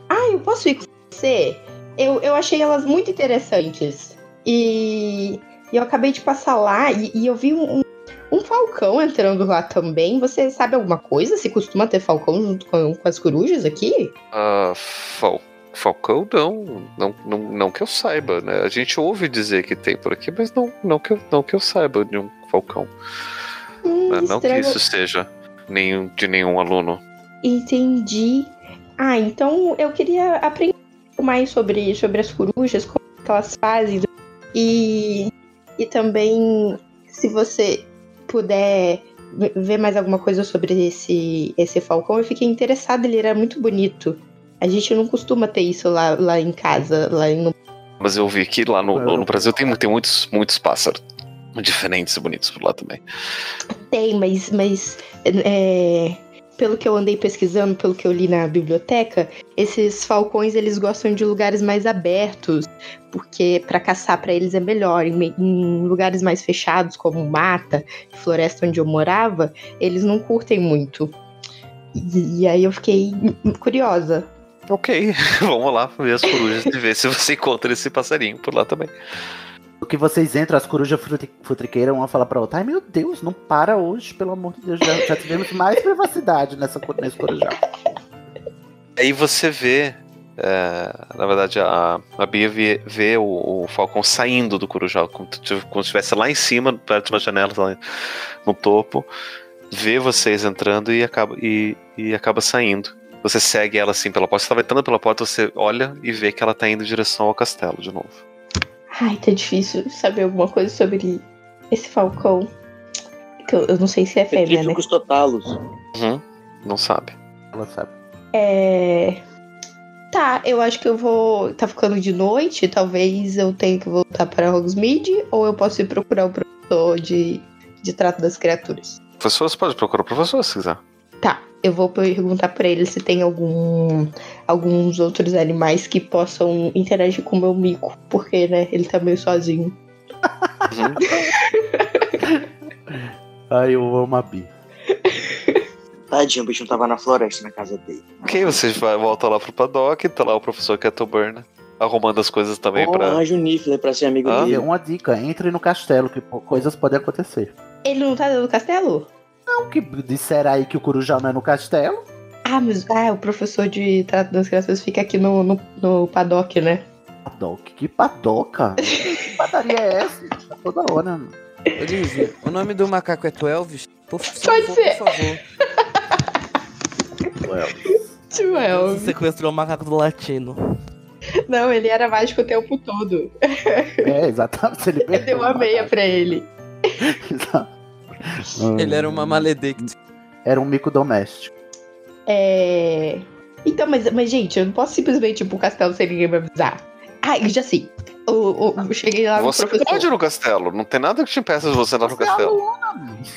Speaker 10: Ah, eu posso ir com você? Eu, eu achei elas muito interessantes. E, e eu acabei de passar lá e, e eu vi um, um- um falcão entrando lá também. Você sabe alguma coisa? Se costuma ter falcão junto com, com as corujas aqui?
Speaker 1: Ah, Fal Falcão não, não, não, não que eu saiba, né? A gente ouve dizer que tem por aqui, mas não, não, que, eu, não que eu saiba de um Falcão.
Speaker 10: Hum,
Speaker 1: né? Não que
Speaker 10: estranho.
Speaker 1: isso seja nenhum, de nenhum aluno.
Speaker 10: Entendi. Ah, então eu queria aprender um pouco mais sobre, sobre as corujas, como é que elas fazem. E, e também, se você puder ve- ver mais alguma coisa sobre esse, esse falcão, eu fiquei interessada, ele era muito bonito. A gente não costuma ter isso lá, lá em casa, lá em
Speaker 1: Mas eu vi que lá no, no- no Brasil tem, tem muitos, muitos pássaros diferentes e bonitos por lá também.
Speaker 10: Tem, mas, mas é, pelo que eu andei pesquisando, pelo que eu li na biblioteca, esses falcões eles gostam de lugares mais abertos, porque para caçar para eles é melhor. Em, me- em lugares mais fechados, como mata, floresta onde eu morava, eles não curtem muito. E, e aí eu fiquei curiosa.
Speaker 1: Ok. (laughs) Vamos lá ver as corujas e ver se você encontra esse passarinho por lá também.
Speaker 3: O que vocês entram, as corujas frutri- futriqueiras, uma fala pra outra, ai meu Deus, não para hoje, pelo amor de Deus, já, já tivemos mais privacidade nessa, co- nesse corujão.
Speaker 1: Aí você vê. é, na verdade, a, a Bia vê, vê o, o Falcão saindo do Corujal, como se como se estivesse lá em cima, perto de uma janela, lá no topo, vê vocês entrando e acaba, e, e acaba saindo. Você segue ela assim pela porta, você estava entrando pela porta, você olha e vê que ela tá indo em direção ao castelo de novo.
Speaker 10: Ai, tá difícil saber alguma coisa sobre esse falcão. Que eu, eu não sei se é fêmea, né?
Speaker 2: totalos.
Speaker 1: Uhum, não sabe.
Speaker 3: Ela sabe.
Speaker 10: É. Tá, eu acho que eu vou. Tá ficando de noite, talvez eu tenha que voltar para Hogsmeade, ou eu posso ir procurar o professor de, de trato das criaturas.
Speaker 1: Professor, você pode procurar o professor se quiser.
Speaker 10: Tá, eu vou perguntar pra ele se tem algum alguns outros animais que possam interagir com o meu mico, porque, né, ele tá meio sozinho.
Speaker 3: Ai, Ah, eu amo a Bia.
Speaker 2: Tadinho, o bicho não tava na floresta na casa dele.
Speaker 1: Ok, você vai, volta lá pro paddock, tá lá o professor Kettleburn arrumando as coisas também
Speaker 2: Ou
Speaker 1: pra.
Speaker 2: arranja um Nifler pra ser amigo
Speaker 3: E
Speaker 1: Ah.
Speaker 3: é
Speaker 2: dele.
Speaker 3: uma dica, entre no castelo, que po- coisas podem acontecer.
Speaker 10: Ele não tá dentro do castelo?
Speaker 3: Não, que disseram aí que o corujão não é no castelo?
Speaker 10: Ah, mas ah, o professor de trato das criaturas fica aqui no, no, no paddock, né?
Speaker 3: Paddock, que padoca? que padaria é essa? Toda hora. né?
Speaker 5: Olivia, o nome do macaco é tu Elvis? Por,
Speaker 10: Pode
Speaker 5: favor,
Speaker 10: ser.
Speaker 5: Por favor.
Speaker 10: Well,
Speaker 8: Sequestrou o macaco do latino.
Speaker 10: não, ele era mágico o tempo todo.
Speaker 3: É, exatamente. Ele
Speaker 10: (laughs) Eu dei uma meia pra
Speaker 3: (laughs)
Speaker 10: ele.
Speaker 3: Hum.
Speaker 5: Ele era uma maledict.
Speaker 3: Era um mico doméstico.
Speaker 10: É. Então, mas, mas gente, eu não posso simplesmente ir pro castelo sem ninguém me avisar. Ah, eu já sei. Eu, eu- eu cheguei lá no
Speaker 1: Você
Speaker 10: professor.
Speaker 1: pode ir no castelo, não tem nada que te impeça de você ir lá no castelo.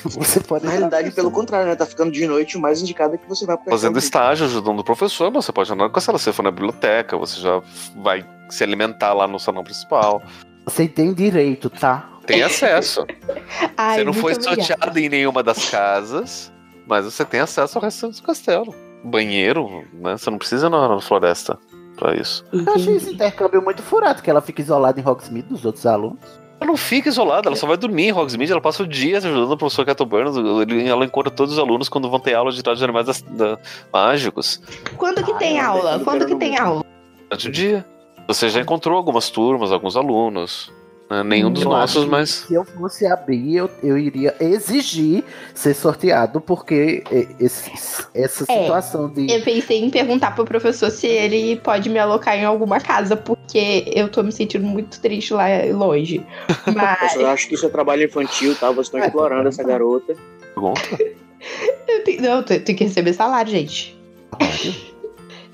Speaker 3: Você pode
Speaker 2: Na realidade, pelo contrário, né? Tá ficando de noite, o mais indicado é que você
Speaker 10: né?
Speaker 2: vai pro
Speaker 1: Fazendo
Speaker 2: castelo.
Speaker 1: estágio, ajudando o professor, mas você pode andar no castelo. Você for na biblioteca, você já vai se alimentar lá no salão principal.
Speaker 3: Você tem direito, tá?
Speaker 1: Tem acesso.
Speaker 10: É. (laughs) Ai,
Speaker 1: você não
Speaker 10: muito
Speaker 1: foi
Speaker 10: obrigada.
Speaker 1: sorteado em nenhuma das casas, mas você tem acesso ao restante do castelo. Banheiro, né? Você não precisa ir na na floresta pra isso.
Speaker 3: Eu achei esse intercâmbio muito furado, que ela fica isolada em Hogsmeade dos outros alunos.
Speaker 1: Ela não fica isolada, ela só vai dormir em Hogsmeade, ela passa o dia ajudando o professor Cato Burns, ele- ela encontra todos os alunos quando vão ter aula de tratos de animais das- da- mágicos.
Speaker 10: Quando que tem aula? Quando que tem aula?
Speaker 1: Durante o dia. Você já encontrou algumas turmas, alguns alunos. né? Nenhum dos
Speaker 3: Eu
Speaker 1: nossos,
Speaker 3: acho
Speaker 1: mas.
Speaker 3: Se eu fosse abrir, eu, eu iria exigir ser sorteado, porque e- esse- essa
Speaker 10: É.
Speaker 3: situação de.
Speaker 10: Eu pensei em perguntar pro professor se ele pode me alocar em alguma casa, porque eu tô me sentindo muito triste lá longe. Mas
Speaker 2: Eu acho que isso é trabalho infantil, tá? Vocês estão explorando essa garota.
Speaker 10: eu tenho, não, eu tenho que receber salário, gente.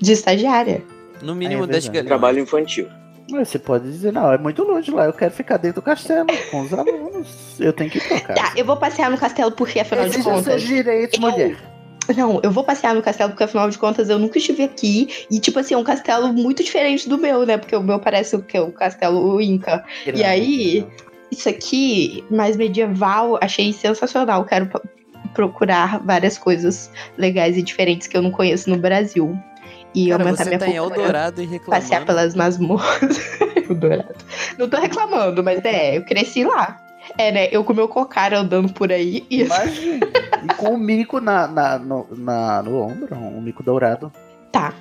Speaker 10: De estagiária.
Speaker 5: No
Speaker 3: mínimo
Speaker 5: mínimo
Speaker 3: É
Speaker 5: 10
Speaker 3: 10 verdade.
Speaker 5: galinhas.
Speaker 2: Trabalho infantil.
Speaker 3: Mas Você pode dizer, não, é muito longe lá, eu quero ficar dentro do castelo com os alunos. Eu tenho que ir pra
Speaker 10: Tá,
Speaker 3: casa.
Speaker 10: eu vou passear no castelo porque, afinal de
Speaker 3: Exija seus
Speaker 10: contas.
Speaker 3: direitos, mulher.
Speaker 10: Não, eu vou passear no castelo porque, afinal de contas, eu nunca estive aqui. E, tipo assim, é um castelo muito diferente do meu, né? Porque o meu parece o que? O castelo Inca. E aí, isso aqui, mais medieval, achei sensacional. Quero pa- procurar várias coisas legais e diferentes que eu não conheço no Brasil. E
Speaker 5: Cara,
Speaker 10: aumentar
Speaker 5: você
Speaker 10: minha
Speaker 5: tá em
Speaker 10: cultura.
Speaker 5: Eldorado e
Speaker 10: Passear
Speaker 5: reclamando.
Speaker 10: pelas masmorras. Eldorado. né? Não tô reclamando, mas é, eu cresci lá. É, né? Eu com meu cocara andando por aí e
Speaker 3: Imagina. E com o mico na, na- no, na- no ombro, um mico dourado.
Speaker 10: Tá.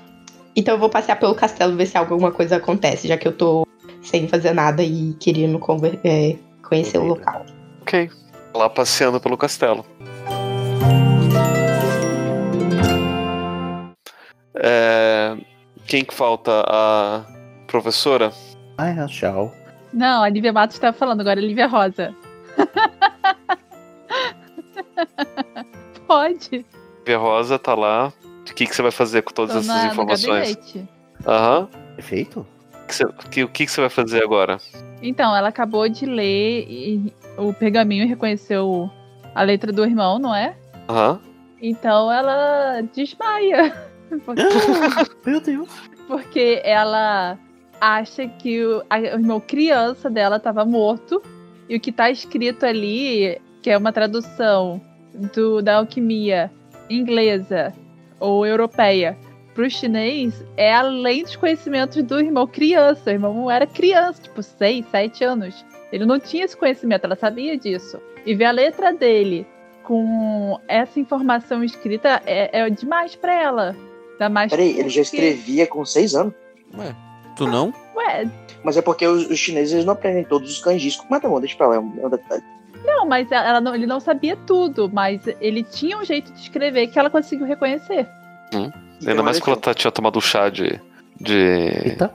Speaker 10: Então eu vou passear pelo castelo ver se alguma coisa acontece, já que eu tô sem fazer nada e querendo conver- é, conhecer o local.
Speaker 1: Ok. Tá Lá passeando pelo castelo. É, Quem que falta? A professora?
Speaker 3: Ai, ah, tchau.
Speaker 6: Não, a Lívia Matos tá falando, agora é Lívia Rosa. (laughs) Pode.
Speaker 1: Via Rosa tá lá. O que, que você vai fazer com todas
Speaker 6: Tô
Speaker 1: essas
Speaker 6: na- no
Speaker 1: informações?
Speaker 6: gabinete.
Speaker 1: Aham.
Speaker 10: (laughs)
Speaker 3: Perfeito.
Speaker 1: O que, você- que- o que que você vai fazer agora?
Speaker 6: Então, ela acabou de ler e- o pergaminho e reconheceu a letra do irmão, não é?
Speaker 1: Aham.
Speaker 6: Então ela desmaia. (laughs) Porque,
Speaker 3: Meu Deus.
Speaker 6: porque ela acha que o, a, o irmão criança dela estava morto. E o que tá escrito ali, que é uma tradução do, da alquimia inglesa ou europeia pro chinês, é além dos conhecimentos do irmão criança. O irmão era criança, tipo 6, 7 anos. Ele não tinha esse conhecimento, ela sabia disso. E ver a letra dele com essa informação escrita é, é demais pra ela. Ainda mais
Speaker 2: Peraí, ele
Speaker 6: porque-
Speaker 10: é
Speaker 2: já escrevia com seis anos.
Speaker 5: Ué, tu não?
Speaker 6: Ué,
Speaker 2: Mas é porque os, os chineses eles não aprendem todos os kanjis. Mas tá bom, deixa pra lá. é um- é um detalhe.
Speaker 6: não, mas ela ela não- ele não sabia tudo, mas ele tinha um jeito de escrever que ela conseguiu reconhecer.
Speaker 1: Hum. Ainda mais quando ela tinha tomado um chá de. de... Ih.
Speaker 6: Pra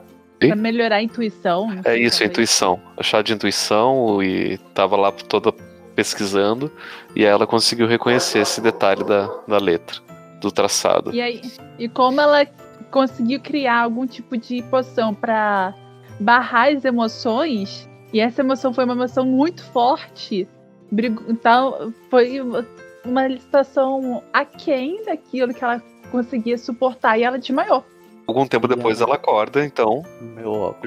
Speaker 6: melhorar a intuição. não
Speaker 1: É
Speaker 6: sei,
Speaker 1: isso, a
Speaker 6: talvez.
Speaker 1: intuição. O chá de intuição e tava lá toda pesquisando. E aí ela conseguiu reconhecer esse detalhe da, da letra, do traçado.
Speaker 6: E aí, e como ela conseguiu criar algum tipo de poção pra barrar as emoções, e essa emoção foi uma emoção muito forte, brigou- então foi uma- uma situação aquém daquilo que ela conseguia suportar e ela desmaiou.
Speaker 1: Algum tempo depois ela acorda, então.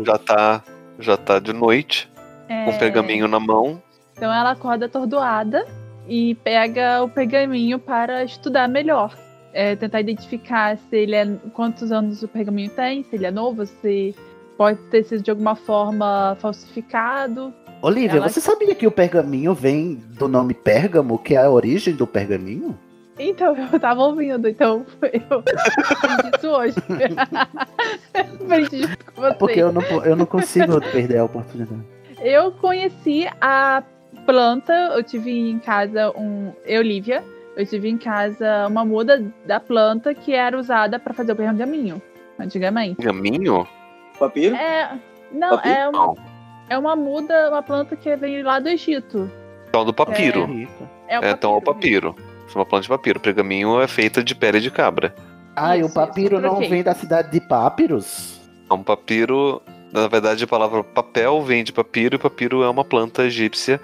Speaker 1: Já tá, já tá de noite,
Speaker 6: É,
Speaker 1: com um pergaminho na mão.
Speaker 6: Então ela acorda atordoada e pega o pergaminho para estudar melhor. É, tentar identificar se ele é quantos anos o pergaminho tem, se ele é novo, se pode ter sido de alguma forma falsificado.
Speaker 3: Olivia,
Speaker 6: Ela-
Speaker 3: você sabia que o pergaminho vem do nome Pérgamo, que é a origem do pergaminho?
Speaker 6: Então (laughs) eu tava ouvindo, então (laughs) eu aprendi isso hoje. (laughs) aprendi junto com você.
Speaker 3: Porque eu não, po- eu
Speaker 6: (laughs)
Speaker 3: não consigo perder a oportunidade.
Speaker 6: Eu conheci a planta, eu tive em casa um. Eu, Lívia, eu tive em casa uma muda da planta que era usada para fazer o pergaminho, antigamente.
Speaker 1: Pergaminho?
Speaker 2: Papiro?
Speaker 6: É. Não,
Speaker 1: Papiro?
Speaker 6: é uma, é uma muda, uma planta que veio lá do Egito.
Speaker 1: Tal do papiro.
Speaker 6: É o
Speaker 1: então é o papiro. Isso é uma planta de papiro. O pergaminho é feita de pele de cabra.
Speaker 3: Ah, e o papiro não
Speaker 6: troquei.
Speaker 3: vem da cidade de Pápiros?
Speaker 1: É um papiro. Na verdade, a palavra papel vem de papiro, e papiro é uma planta egípcia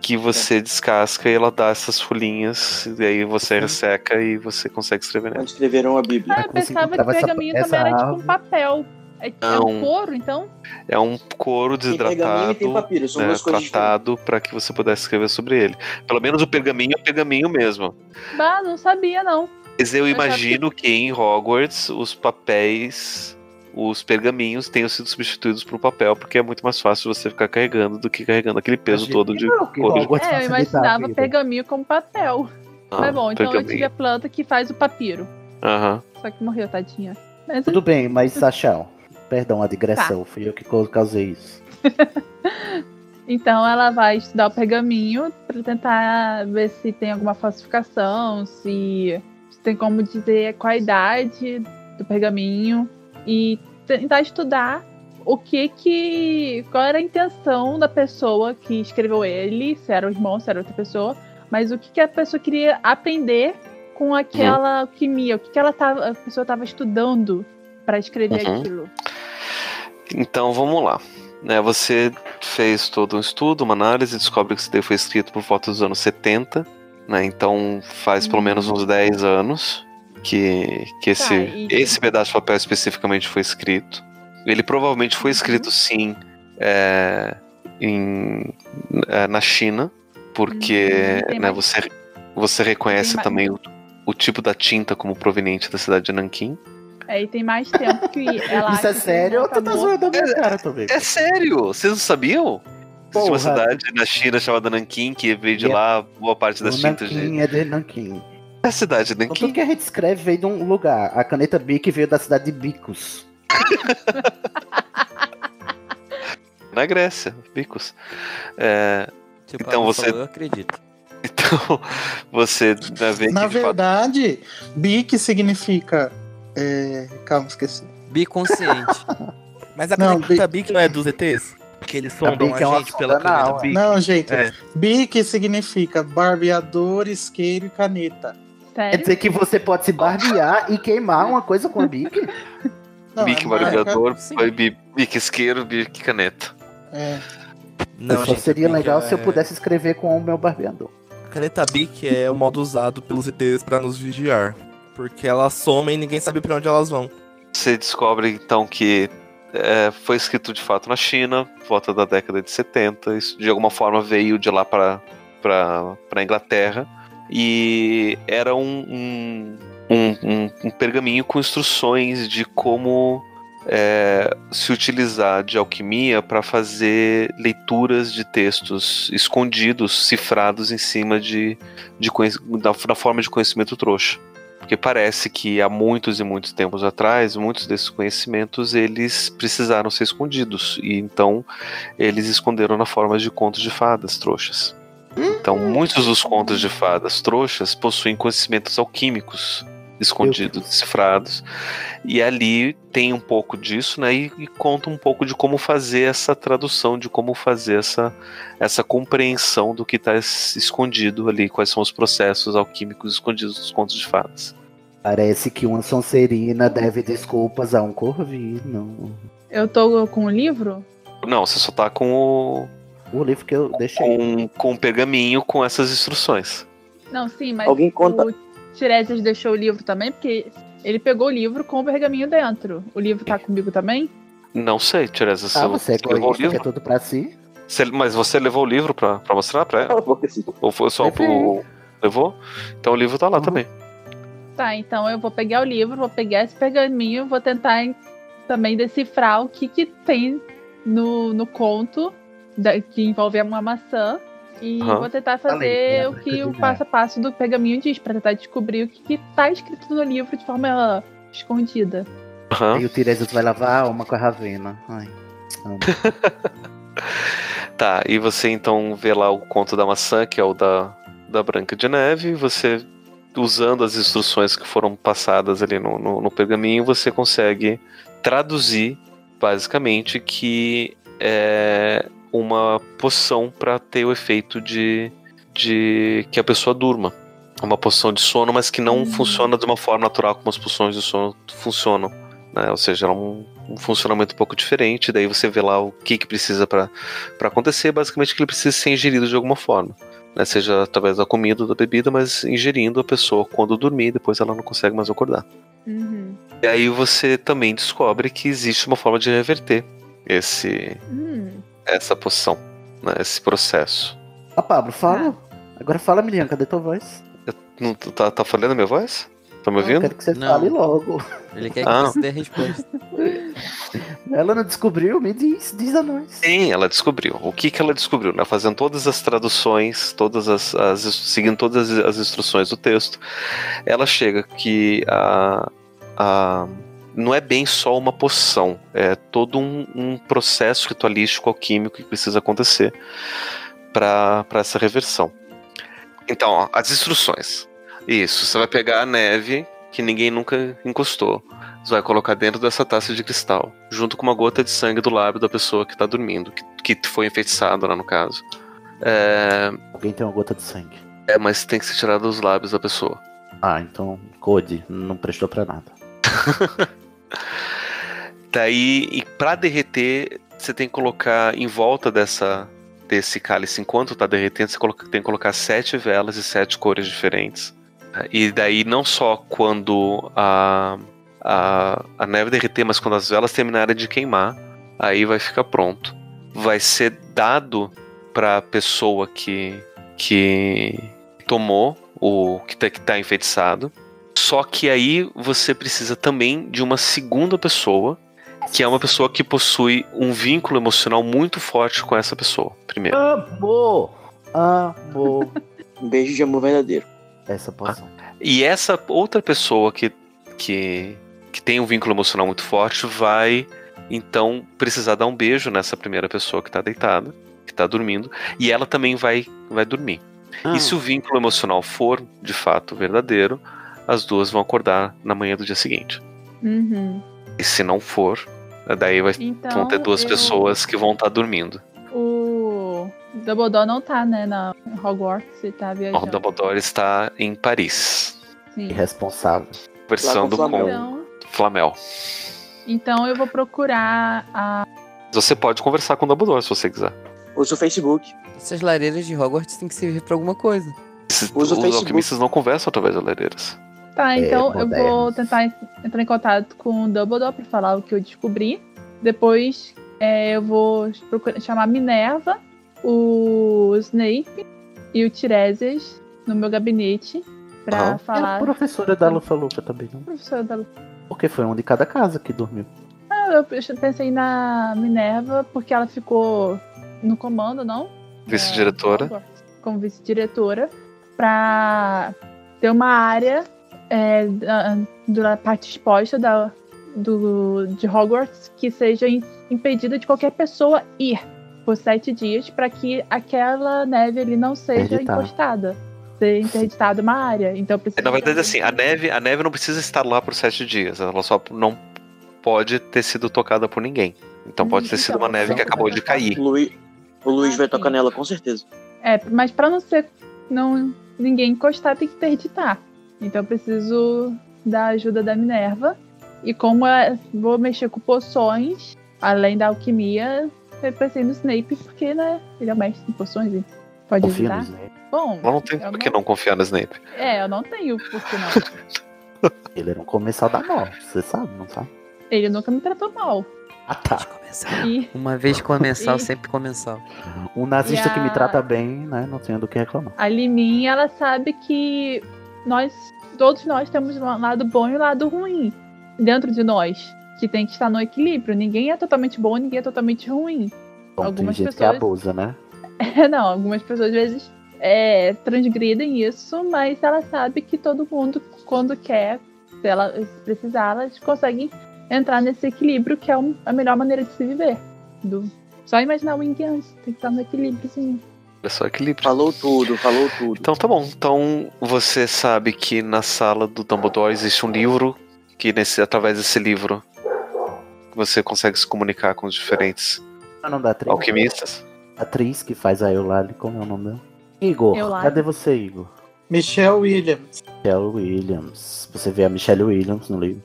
Speaker 1: que você descasca e ela dá essas folhinhas, e aí você resseca e você consegue escrever nela.
Speaker 2: Escreveram a Bíblia.
Speaker 6: Ah, eu pensava que o pergaminho também era tipo um papel. É, é um
Speaker 1: Não.
Speaker 6: couro, então?
Speaker 1: É um couro
Speaker 2: pergaminho
Speaker 1: desidratado,
Speaker 2: e tem papiro, são
Speaker 1: né,
Speaker 2: duas coisas
Speaker 1: tratado para que você pudesse escrever sobre ele. Pelo menos o pergaminho é pergaminho mesmo.
Speaker 6: Bah, não sabia, não.
Speaker 1: Mas eu
Speaker 6: Mas sabe
Speaker 1: imagino que em Hogwarts os papéis, os pergaminhos tenham sido substituídos por papel, porque é muito mais fácil você ficar carregando do que carregando aquele peso todo de couro. de-
Speaker 6: É, eu imaginava pergaminho como papel.
Speaker 1: Ah,
Speaker 6: Mas bom, então eu
Speaker 1: pergaminho.
Speaker 6: tive a planta que faz o papiro.
Speaker 1: Aham.
Speaker 6: Só que morreu, tadinha. Mas
Speaker 3: Tudo bem,
Speaker 6: (laughs)
Speaker 3: mas Sachão, perdão a digressão,
Speaker 6: Tá.
Speaker 3: fui eu que co- causei isso.
Speaker 6: Então ela vai estudar o pergaminho para tentar ver se tem alguma falsificação, se, se tem como dizer qual a idade do pergaminho e tentar estudar o que que qual era a intenção da pessoa que escreveu ele, se era o irmão, se era outra pessoa, mas o que que a pessoa queria aprender com aquela alquimia, o que que ela tava, a pessoa estava estudando para escrever
Speaker 1: Uhum.
Speaker 6: aquilo.
Speaker 1: Então vamos lá. Né, você fez todo um estudo, uma análise, descobre que isso daí foi escrito por volta dos anos 70, né? Então faz pelo menos uns 10 anos que, que esse,
Speaker 12: Uhum. Tá, e-
Speaker 1: esse pedaço de papel especificamente foi escrito. Ele provavelmente foi
Speaker 12: Uhum.
Speaker 1: escrito sim é, em- é, na China, porque
Speaker 12: Uhum, tem
Speaker 1: né,
Speaker 12: mais-
Speaker 1: você, você
Speaker 6: tem
Speaker 1: reconhece
Speaker 6: mais-
Speaker 1: também o, o tipo da tinta como proveniente da cidade de Nanquim.
Speaker 6: Aí É, tem mais tempo que ela
Speaker 3: Isso é
Speaker 6: acha que
Speaker 3: sério ou
Speaker 6: ela
Speaker 3: tu tá zoando a minha cara também?
Speaker 1: É sério? Vocês não sabiam? Existe uma
Speaker 3: Porra.
Speaker 1: cidade na China chamada Nanquim que veio de
Speaker 3: Yeah.
Speaker 1: lá boa parte das
Speaker 3: O
Speaker 1: tintas. de-
Speaker 3: Nanquim é de Nanquim.
Speaker 1: É a cidade de
Speaker 3: Então,
Speaker 1: Nanquim.
Speaker 3: Tudo que a gente escreve veio de um lugar. A caneta Bic veio da cidade de Bicos.
Speaker 1: Na Grécia, Bicos. É, então
Speaker 5: Paulo
Speaker 1: você.
Speaker 5: Tipo, falou, eu acredito.
Speaker 1: Então você né, vê
Speaker 4: Na
Speaker 1: que de fato.
Speaker 4: verdade, BIC significa. é, Calma, esqueci.
Speaker 5: Biconsciente.
Speaker 8: (laughs) Mas a
Speaker 4: Não,
Speaker 8: caneta BIC não é dos ETs? Que eles sondam
Speaker 4: Bic
Speaker 8: a,
Speaker 4: é uma
Speaker 8: gente pela
Speaker 4: sonda na
Speaker 8: caneta
Speaker 4: alma.
Speaker 8: BIC?
Speaker 4: Não, gente.
Speaker 8: É.
Speaker 4: BIC significa barbeador, isqueiro e caneta.
Speaker 3: Quer dizer que você pode se barbear e queimar uma coisa com a Bic?
Speaker 4: é
Speaker 3: é
Speaker 1: Bic, barulhador, bi- bique isqueiro, bique caneta.
Speaker 4: É.
Speaker 8: é
Speaker 3: Só seria legal se eu pudesse escrever com o meu barbeador.
Speaker 8: caneta Bic é o modo usado pelos ETs pra nos vigiar. Porque elas somem e ninguém sabe pra onde elas vão.
Speaker 1: Você descobre então que é, foi escrito de fato na China, volta da década de 70. Isso de alguma forma veio de lá para para Inglaterra e era um um, um, um- um pergaminho com instruções de como é, se utilizar de alquimia para fazer leituras de textos escondidos, cifrados em cima de, de conhec- da, da forma de conhecimento trouxa. Porque parece que há muitos e muitos tempos atrás, muitos desses conhecimentos eles precisaram ser escondidos. E então eles esconderam na forma de contos de fadas trouxas. Então, muitos dos contos de fadas trouxas possuem conhecimentos alquímicos escondidos, decifrados. E ali tem um pouco disso, né? E, e conta um pouco de como fazer essa tradução, de como fazer essa, essa compreensão do que está escondido ali, quais são os processos alquímicos escondidos dos contos de fadas.
Speaker 3: Parece que uma Sonserina deve desculpas a um Corvino.
Speaker 6: Eu tô com o livro?
Speaker 1: Não, você só tá com o.
Speaker 3: O livro que eu deixei.
Speaker 1: Com, com o pergaminho com essas instruções.
Speaker 6: Não, sim, mas
Speaker 1: Alguém conta-
Speaker 6: o Tiresias deixou o livro também, porque ele pegou o livro com o pergaminho dentro. O livro tá comigo também?
Speaker 1: Não sei, Teresa,
Speaker 3: Ah, você é
Speaker 1: levou o
Speaker 3: egoísta,
Speaker 1: livro?
Speaker 3: quer tudo pra si?
Speaker 1: Você- mas você levou o livro pra, pra mostrar pra ela? Ou foi só pro. Levou? Então o livro tá lá também.
Speaker 6: Tá, então eu vou pegar o livro, vou pegar esse pergaminho, vou tentar em- também decifrar o que que tem no, no conto da- que envolve uma maçã. E
Speaker 12: Aham.
Speaker 6: vou tentar
Speaker 12: Falei,
Speaker 6: fazer
Speaker 12: né,
Speaker 6: o
Speaker 12: pra
Speaker 6: que o
Speaker 12: adivinhar.
Speaker 6: passo a passo do pergaminho diz, pra tentar descobrir o que, que tá escrito no livro de forma escondida.
Speaker 3: E o Tiresias vai lavar a alma com a Ravena. Ai. amo.
Speaker 1: Tá, e você então vê lá o conto da maçã, que é o da, da Branca de Neve, e você usando as instruções que foram passadas ali no, no, no pergaminho, você consegue traduzir, basicamente, que é uma poção para ter o efeito de, de que a pessoa durma. É Uma poção de sono, mas que não funciona de uma forma natural como as poções de sono funcionam. né? Ou seja, ela é um, um funcionamento um pouco diferente. Daí você vê lá o que, que precisa para acontecer. Basicamente, que ele precisa ser ingerido de alguma forma. né? Seja através da comida ou da bebida, mas ingerindo a pessoa quando dormir, depois ela não consegue mais acordar.
Speaker 6: Uhum.
Speaker 1: E aí você também descobre que existe uma forma de reverter esse,
Speaker 6: Hum.
Speaker 1: essa poção, né? esse processo.
Speaker 3: Ah, Pablo, fala.
Speaker 6: Ah.
Speaker 3: Agora fala, menina, cadê tua voz?
Speaker 1: Não, tu tá, tá falhando a minha voz? Tá me ouvindo?
Speaker 3: Quero que você fale logo. (laughs)
Speaker 5: Ele quer
Speaker 1: que Ah. você dê
Speaker 5: resposta.
Speaker 3: Ela não descobriu? Me diz, diz a nós.
Speaker 1: Sim, ela descobriu. O que, que ela descobriu? Né? Fazendo todas as traduções, todas as, as- seguindo todas as, as instruções do texto, ela chega que a, a- não é bem só uma poção, é todo um, um processo ritualístico alquímico que precisa acontecer para essa reversão. Então, ó, as instruções. Isso, você vai pegar a neve que ninguém nunca encostou. Você vai colocar dentro dessa taça de cristal, junto com uma gota de sangue do lábio da pessoa que tá dormindo, que, que foi enfeitiçada lá no caso. É,
Speaker 3: Alguém tem uma gota de sangue.
Speaker 1: é, mas tem que ser tirado dos lábios da pessoa.
Speaker 3: Ah, então, Code, não prestou pra nada.
Speaker 1: Daí, e pra derreter, você tem que colocar em volta dessa desse cálice, enquanto tá derretendo, você coloca- tem que colocar sete velas e sete cores diferentes. E daí, não só quando a, a, a neve derreter, mas quando as velas terminarem de queimar, aí vai ficar pronto. Vai ser dado pra pessoa que, que tomou, o que tá, que tá enfeitiçado. Só que aí você precisa também de uma segunda pessoa, que é uma pessoa que possui um vínculo emocional muito forte com essa pessoa, primeiro.
Speaker 3: Amor! (laughs) Amor!
Speaker 2: um beijo de amor verdadeiro.
Speaker 3: Essa poção.
Speaker 1: E essa outra pessoa que, que, que tem um vínculo emocional muito forte vai então precisar dar um beijo nessa primeira pessoa que tá deitada, que tá dormindo, e ela também vai, vai dormir. E se o vínculo emocional for de fato verdadeiro, as duas vão acordar na manhã do dia seguinte.
Speaker 6: Uhum.
Speaker 1: E se não for, daí vai,
Speaker 6: Então,
Speaker 1: vão ter duas
Speaker 6: eu-
Speaker 1: pessoas que vão estar dormindo.
Speaker 6: O Dumbledore não tá, né, na Hogwarts, ele tá
Speaker 1: O
Speaker 6: viajando.
Speaker 1: Dumbledore está em Paris,
Speaker 6: Sim.
Speaker 3: Irresponsável.
Speaker 1: conversando
Speaker 6: Lá
Speaker 1: com,
Speaker 6: com o Flamel.
Speaker 1: Flamel.
Speaker 6: Então eu vou procurar a.
Speaker 1: Você pode conversar com o Dumbledore se você quiser.
Speaker 2: Usa o Facebook.
Speaker 5: Essas lareiras de Hogwarts têm que servir pra alguma coisa.
Speaker 1: Esses-
Speaker 2: Usa o
Speaker 1: os
Speaker 2: Facebook.
Speaker 1: alquimistas não conversam através das lareiras.
Speaker 6: Tá,
Speaker 1: É,
Speaker 6: então eu vou
Speaker 1: modernos.
Speaker 6: tentar en- entrar em contato com o Dumbledore pra falar o que eu descobri. Depois é, eu vou procurar, chamar Minerva, o Snape e o Tiresias no meu gabinete pra
Speaker 3: Aham.
Speaker 6: falar.
Speaker 3: E É a professora da Lufa Lufa também, não?
Speaker 6: Professora da Lu-
Speaker 3: Porque foi um de cada casa que dormiu.
Speaker 6: Ah, eu pensei na Minerva porque ela ficou no comando, não?
Speaker 1: É. Vice-diretora.
Speaker 6: como vice-diretora, para ter uma área é, da, da parte exposta da, do, de Hogwarts que seja im- impedida de qualquer pessoa ir por sete dias para que aquela neve ali não seja
Speaker 1: Interditada.
Speaker 6: encostada, seja interditada uma área. Então precisa
Speaker 1: Na verdade, assim, a neve, a neve não precisa estar lá por sete dias. Ela só não pode ter sido tocada por ninguém. Então pode ter sido uma neve que acabou de cair.
Speaker 2: O Luiz vai tocar nela, com certeza.
Speaker 6: É, mas pra não ser não ninguém encostar tem que interditar. Então eu preciso da ajuda da Minerva e como é, vou mexer com poções, além da alquimia, eu pensei no Snape porque né, ele é o mestre de poções, ele pode
Speaker 1: Confia no
Speaker 6: ajudar.
Speaker 1: Snape.
Speaker 6: Bom,
Speaker 1: Ela não tem
Speaker 6: eu
Speaker 1: por que não confiar no Snape.
Speaker 6: é, eu não tenho porque não.
Speaker 3: Ele era um comensal da morte, você sabe, não sabe?
Speaker 6: Ele nunca me tratou mal.
Speaker 3: Ah, tá.
Speaker 6: E
Speaker 5: Uma vez comensal,
Speaker 6: E-
Speaker 5: sempre comensal.
Speaker 3: Um nazista
Speaker 6: E
Speaker 3: que me
Speaker 6: a-
Speaker 3: trata bem, né? Não tenho do que reclamar.
Speaker 6: A Limin, ela sabe que nós, todos nós temos um lado bom e um lado ruim dentro de nós, que tem que estar no equilíbrio. Ninguém é totalmente bom, ninguém é totalmente ruim. (laughs)
Speaker 3: Bom, tem
Speaker 6: algumas
Speaker 3: gente
Speaker 6: pessoas,
Speaker 3: que abusa, né?
Speaker 6: É, não, algumas pessoas às vezes é, transgridem isso, mas ela sabe que todo mundo, quando quer, se ela se precisar, elas conseguem entrar nesse equilíbrio que é um- a melhor maneira de se viver. Do- só imaginar o yin e yang, tem que estar no equilíbrio, sim.
Speaker 1: É só equilíbrio.
Speaker 2: Falou tudo, falou tudo.
Speaker 1: Então tá bom. Então você sabe que na sala do Dumbledore existe um livro que nesse, através desse livro você consegue se comunicar com os diferentes
Speaker 3: O nome da atriz?
Speaker 1: alquimistas.
Speaker 3: A atriz que faz a Eulalie, como é o nome dela? Igor,
Speaker 4: Eulalie.
Speaker 3: cadê você, Igor?
Speaker 4: Michelle Williams.
Speaker 3: Michelle Williams. Você vê a Michelle Williams no livro.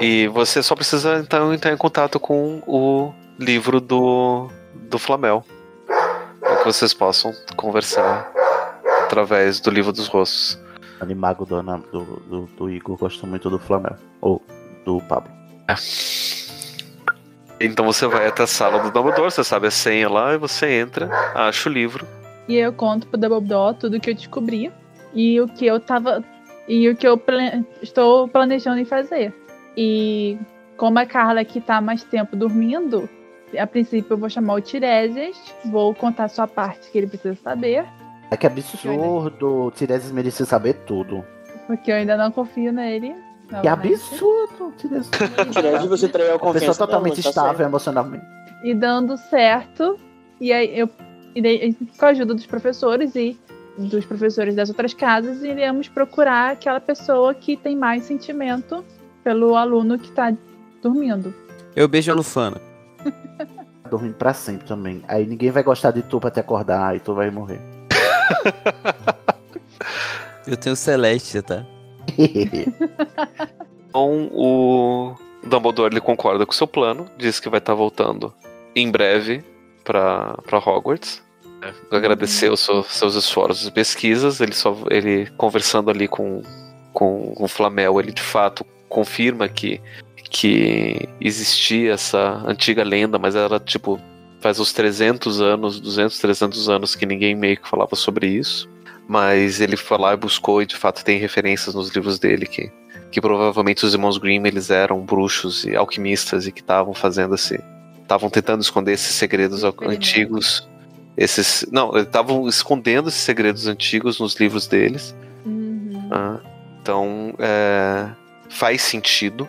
Speaker 1: E você só precisa então entrar em contato com o livro do, do Flamel. Para que vocês possam conversar através do livro dos rostos.
Speaker 3: O Animago do, Ana- do, do, do Igor gosta muito do Flamengo. Ou do Pablo.
Speaker 1: Então você vai até a sala do Dumbledore, você sabe a senha lá, e você entra, acha o livro.
Speaker 6: E eu conto pro Dumbledore tudo que eu descobri e o que eu tava e o que eu pla- estou planejando em fazer. E como a Carla aqui tá mais tempo dormindo, a princípio eu vou chamar o Tiresias, vou contar só a parte que ele precisa saber,
Speaker 3: É que absurdo! Tiresias merecia saber tudo.
Speaker 6: porque eu ainda não confio nele.
Speaker 3: Que
Speaker 6: novamente.
Speaker 3: absurdo!
Speaker 2: (laughs)
Speaker 3: Tiresias.
Speaker 2: Tiresias, você traiu a
Speaker 3: Uma
Speaker 2: confiança
Speaker 3: pessoa
Speaker 2: dela,
Speaker 3: totalmente
Speaker 2: mas tá
Speaker 3: estável
Speaker 2: certo.
Speaker 3: emocionalmente.
Speaker 6: E dando certo, e aí eu e daí, com a ajuda dos professores e dos professores das outras casas, iremos procurar aquela pessoa que tem mais sentimento pelo aluno que tá dormindo.
Speaker 5: Eu beijo a Lufana.
Speaker 3: Dormindo pra sempre também. Aí ninguém vai gostar de tu pra te acordar e tu vai morrer. (laughs)
Speaker 5: Eu tenho Celeste, tá?
Speaker 1: Então o Dumbledore ele concorda com o seu plano, diz que vai estar voltando em breve para Hogwarts. É, Agradecer os seus, seus esforços e pesquisas. Ele só ele conversando ali com, com, com o Flamel, ele de fato confirma que que existia essa antiga lenda, mas era tipo faz uns 300 anos, 200, 300 anos que ninguém meio que falava sobre isso. Mas ele foi lá e buscou e de fato tem referências nos livros dele que que provavelmente os irmãos Grimm eles eram bruxos e alquimistas e que estavam fazendo esse estavam tentando esconder esses segredos al- antigos. Esses não, estavam escondendo esses segredos antigos nos livros deles. Ah, então é, faz sentido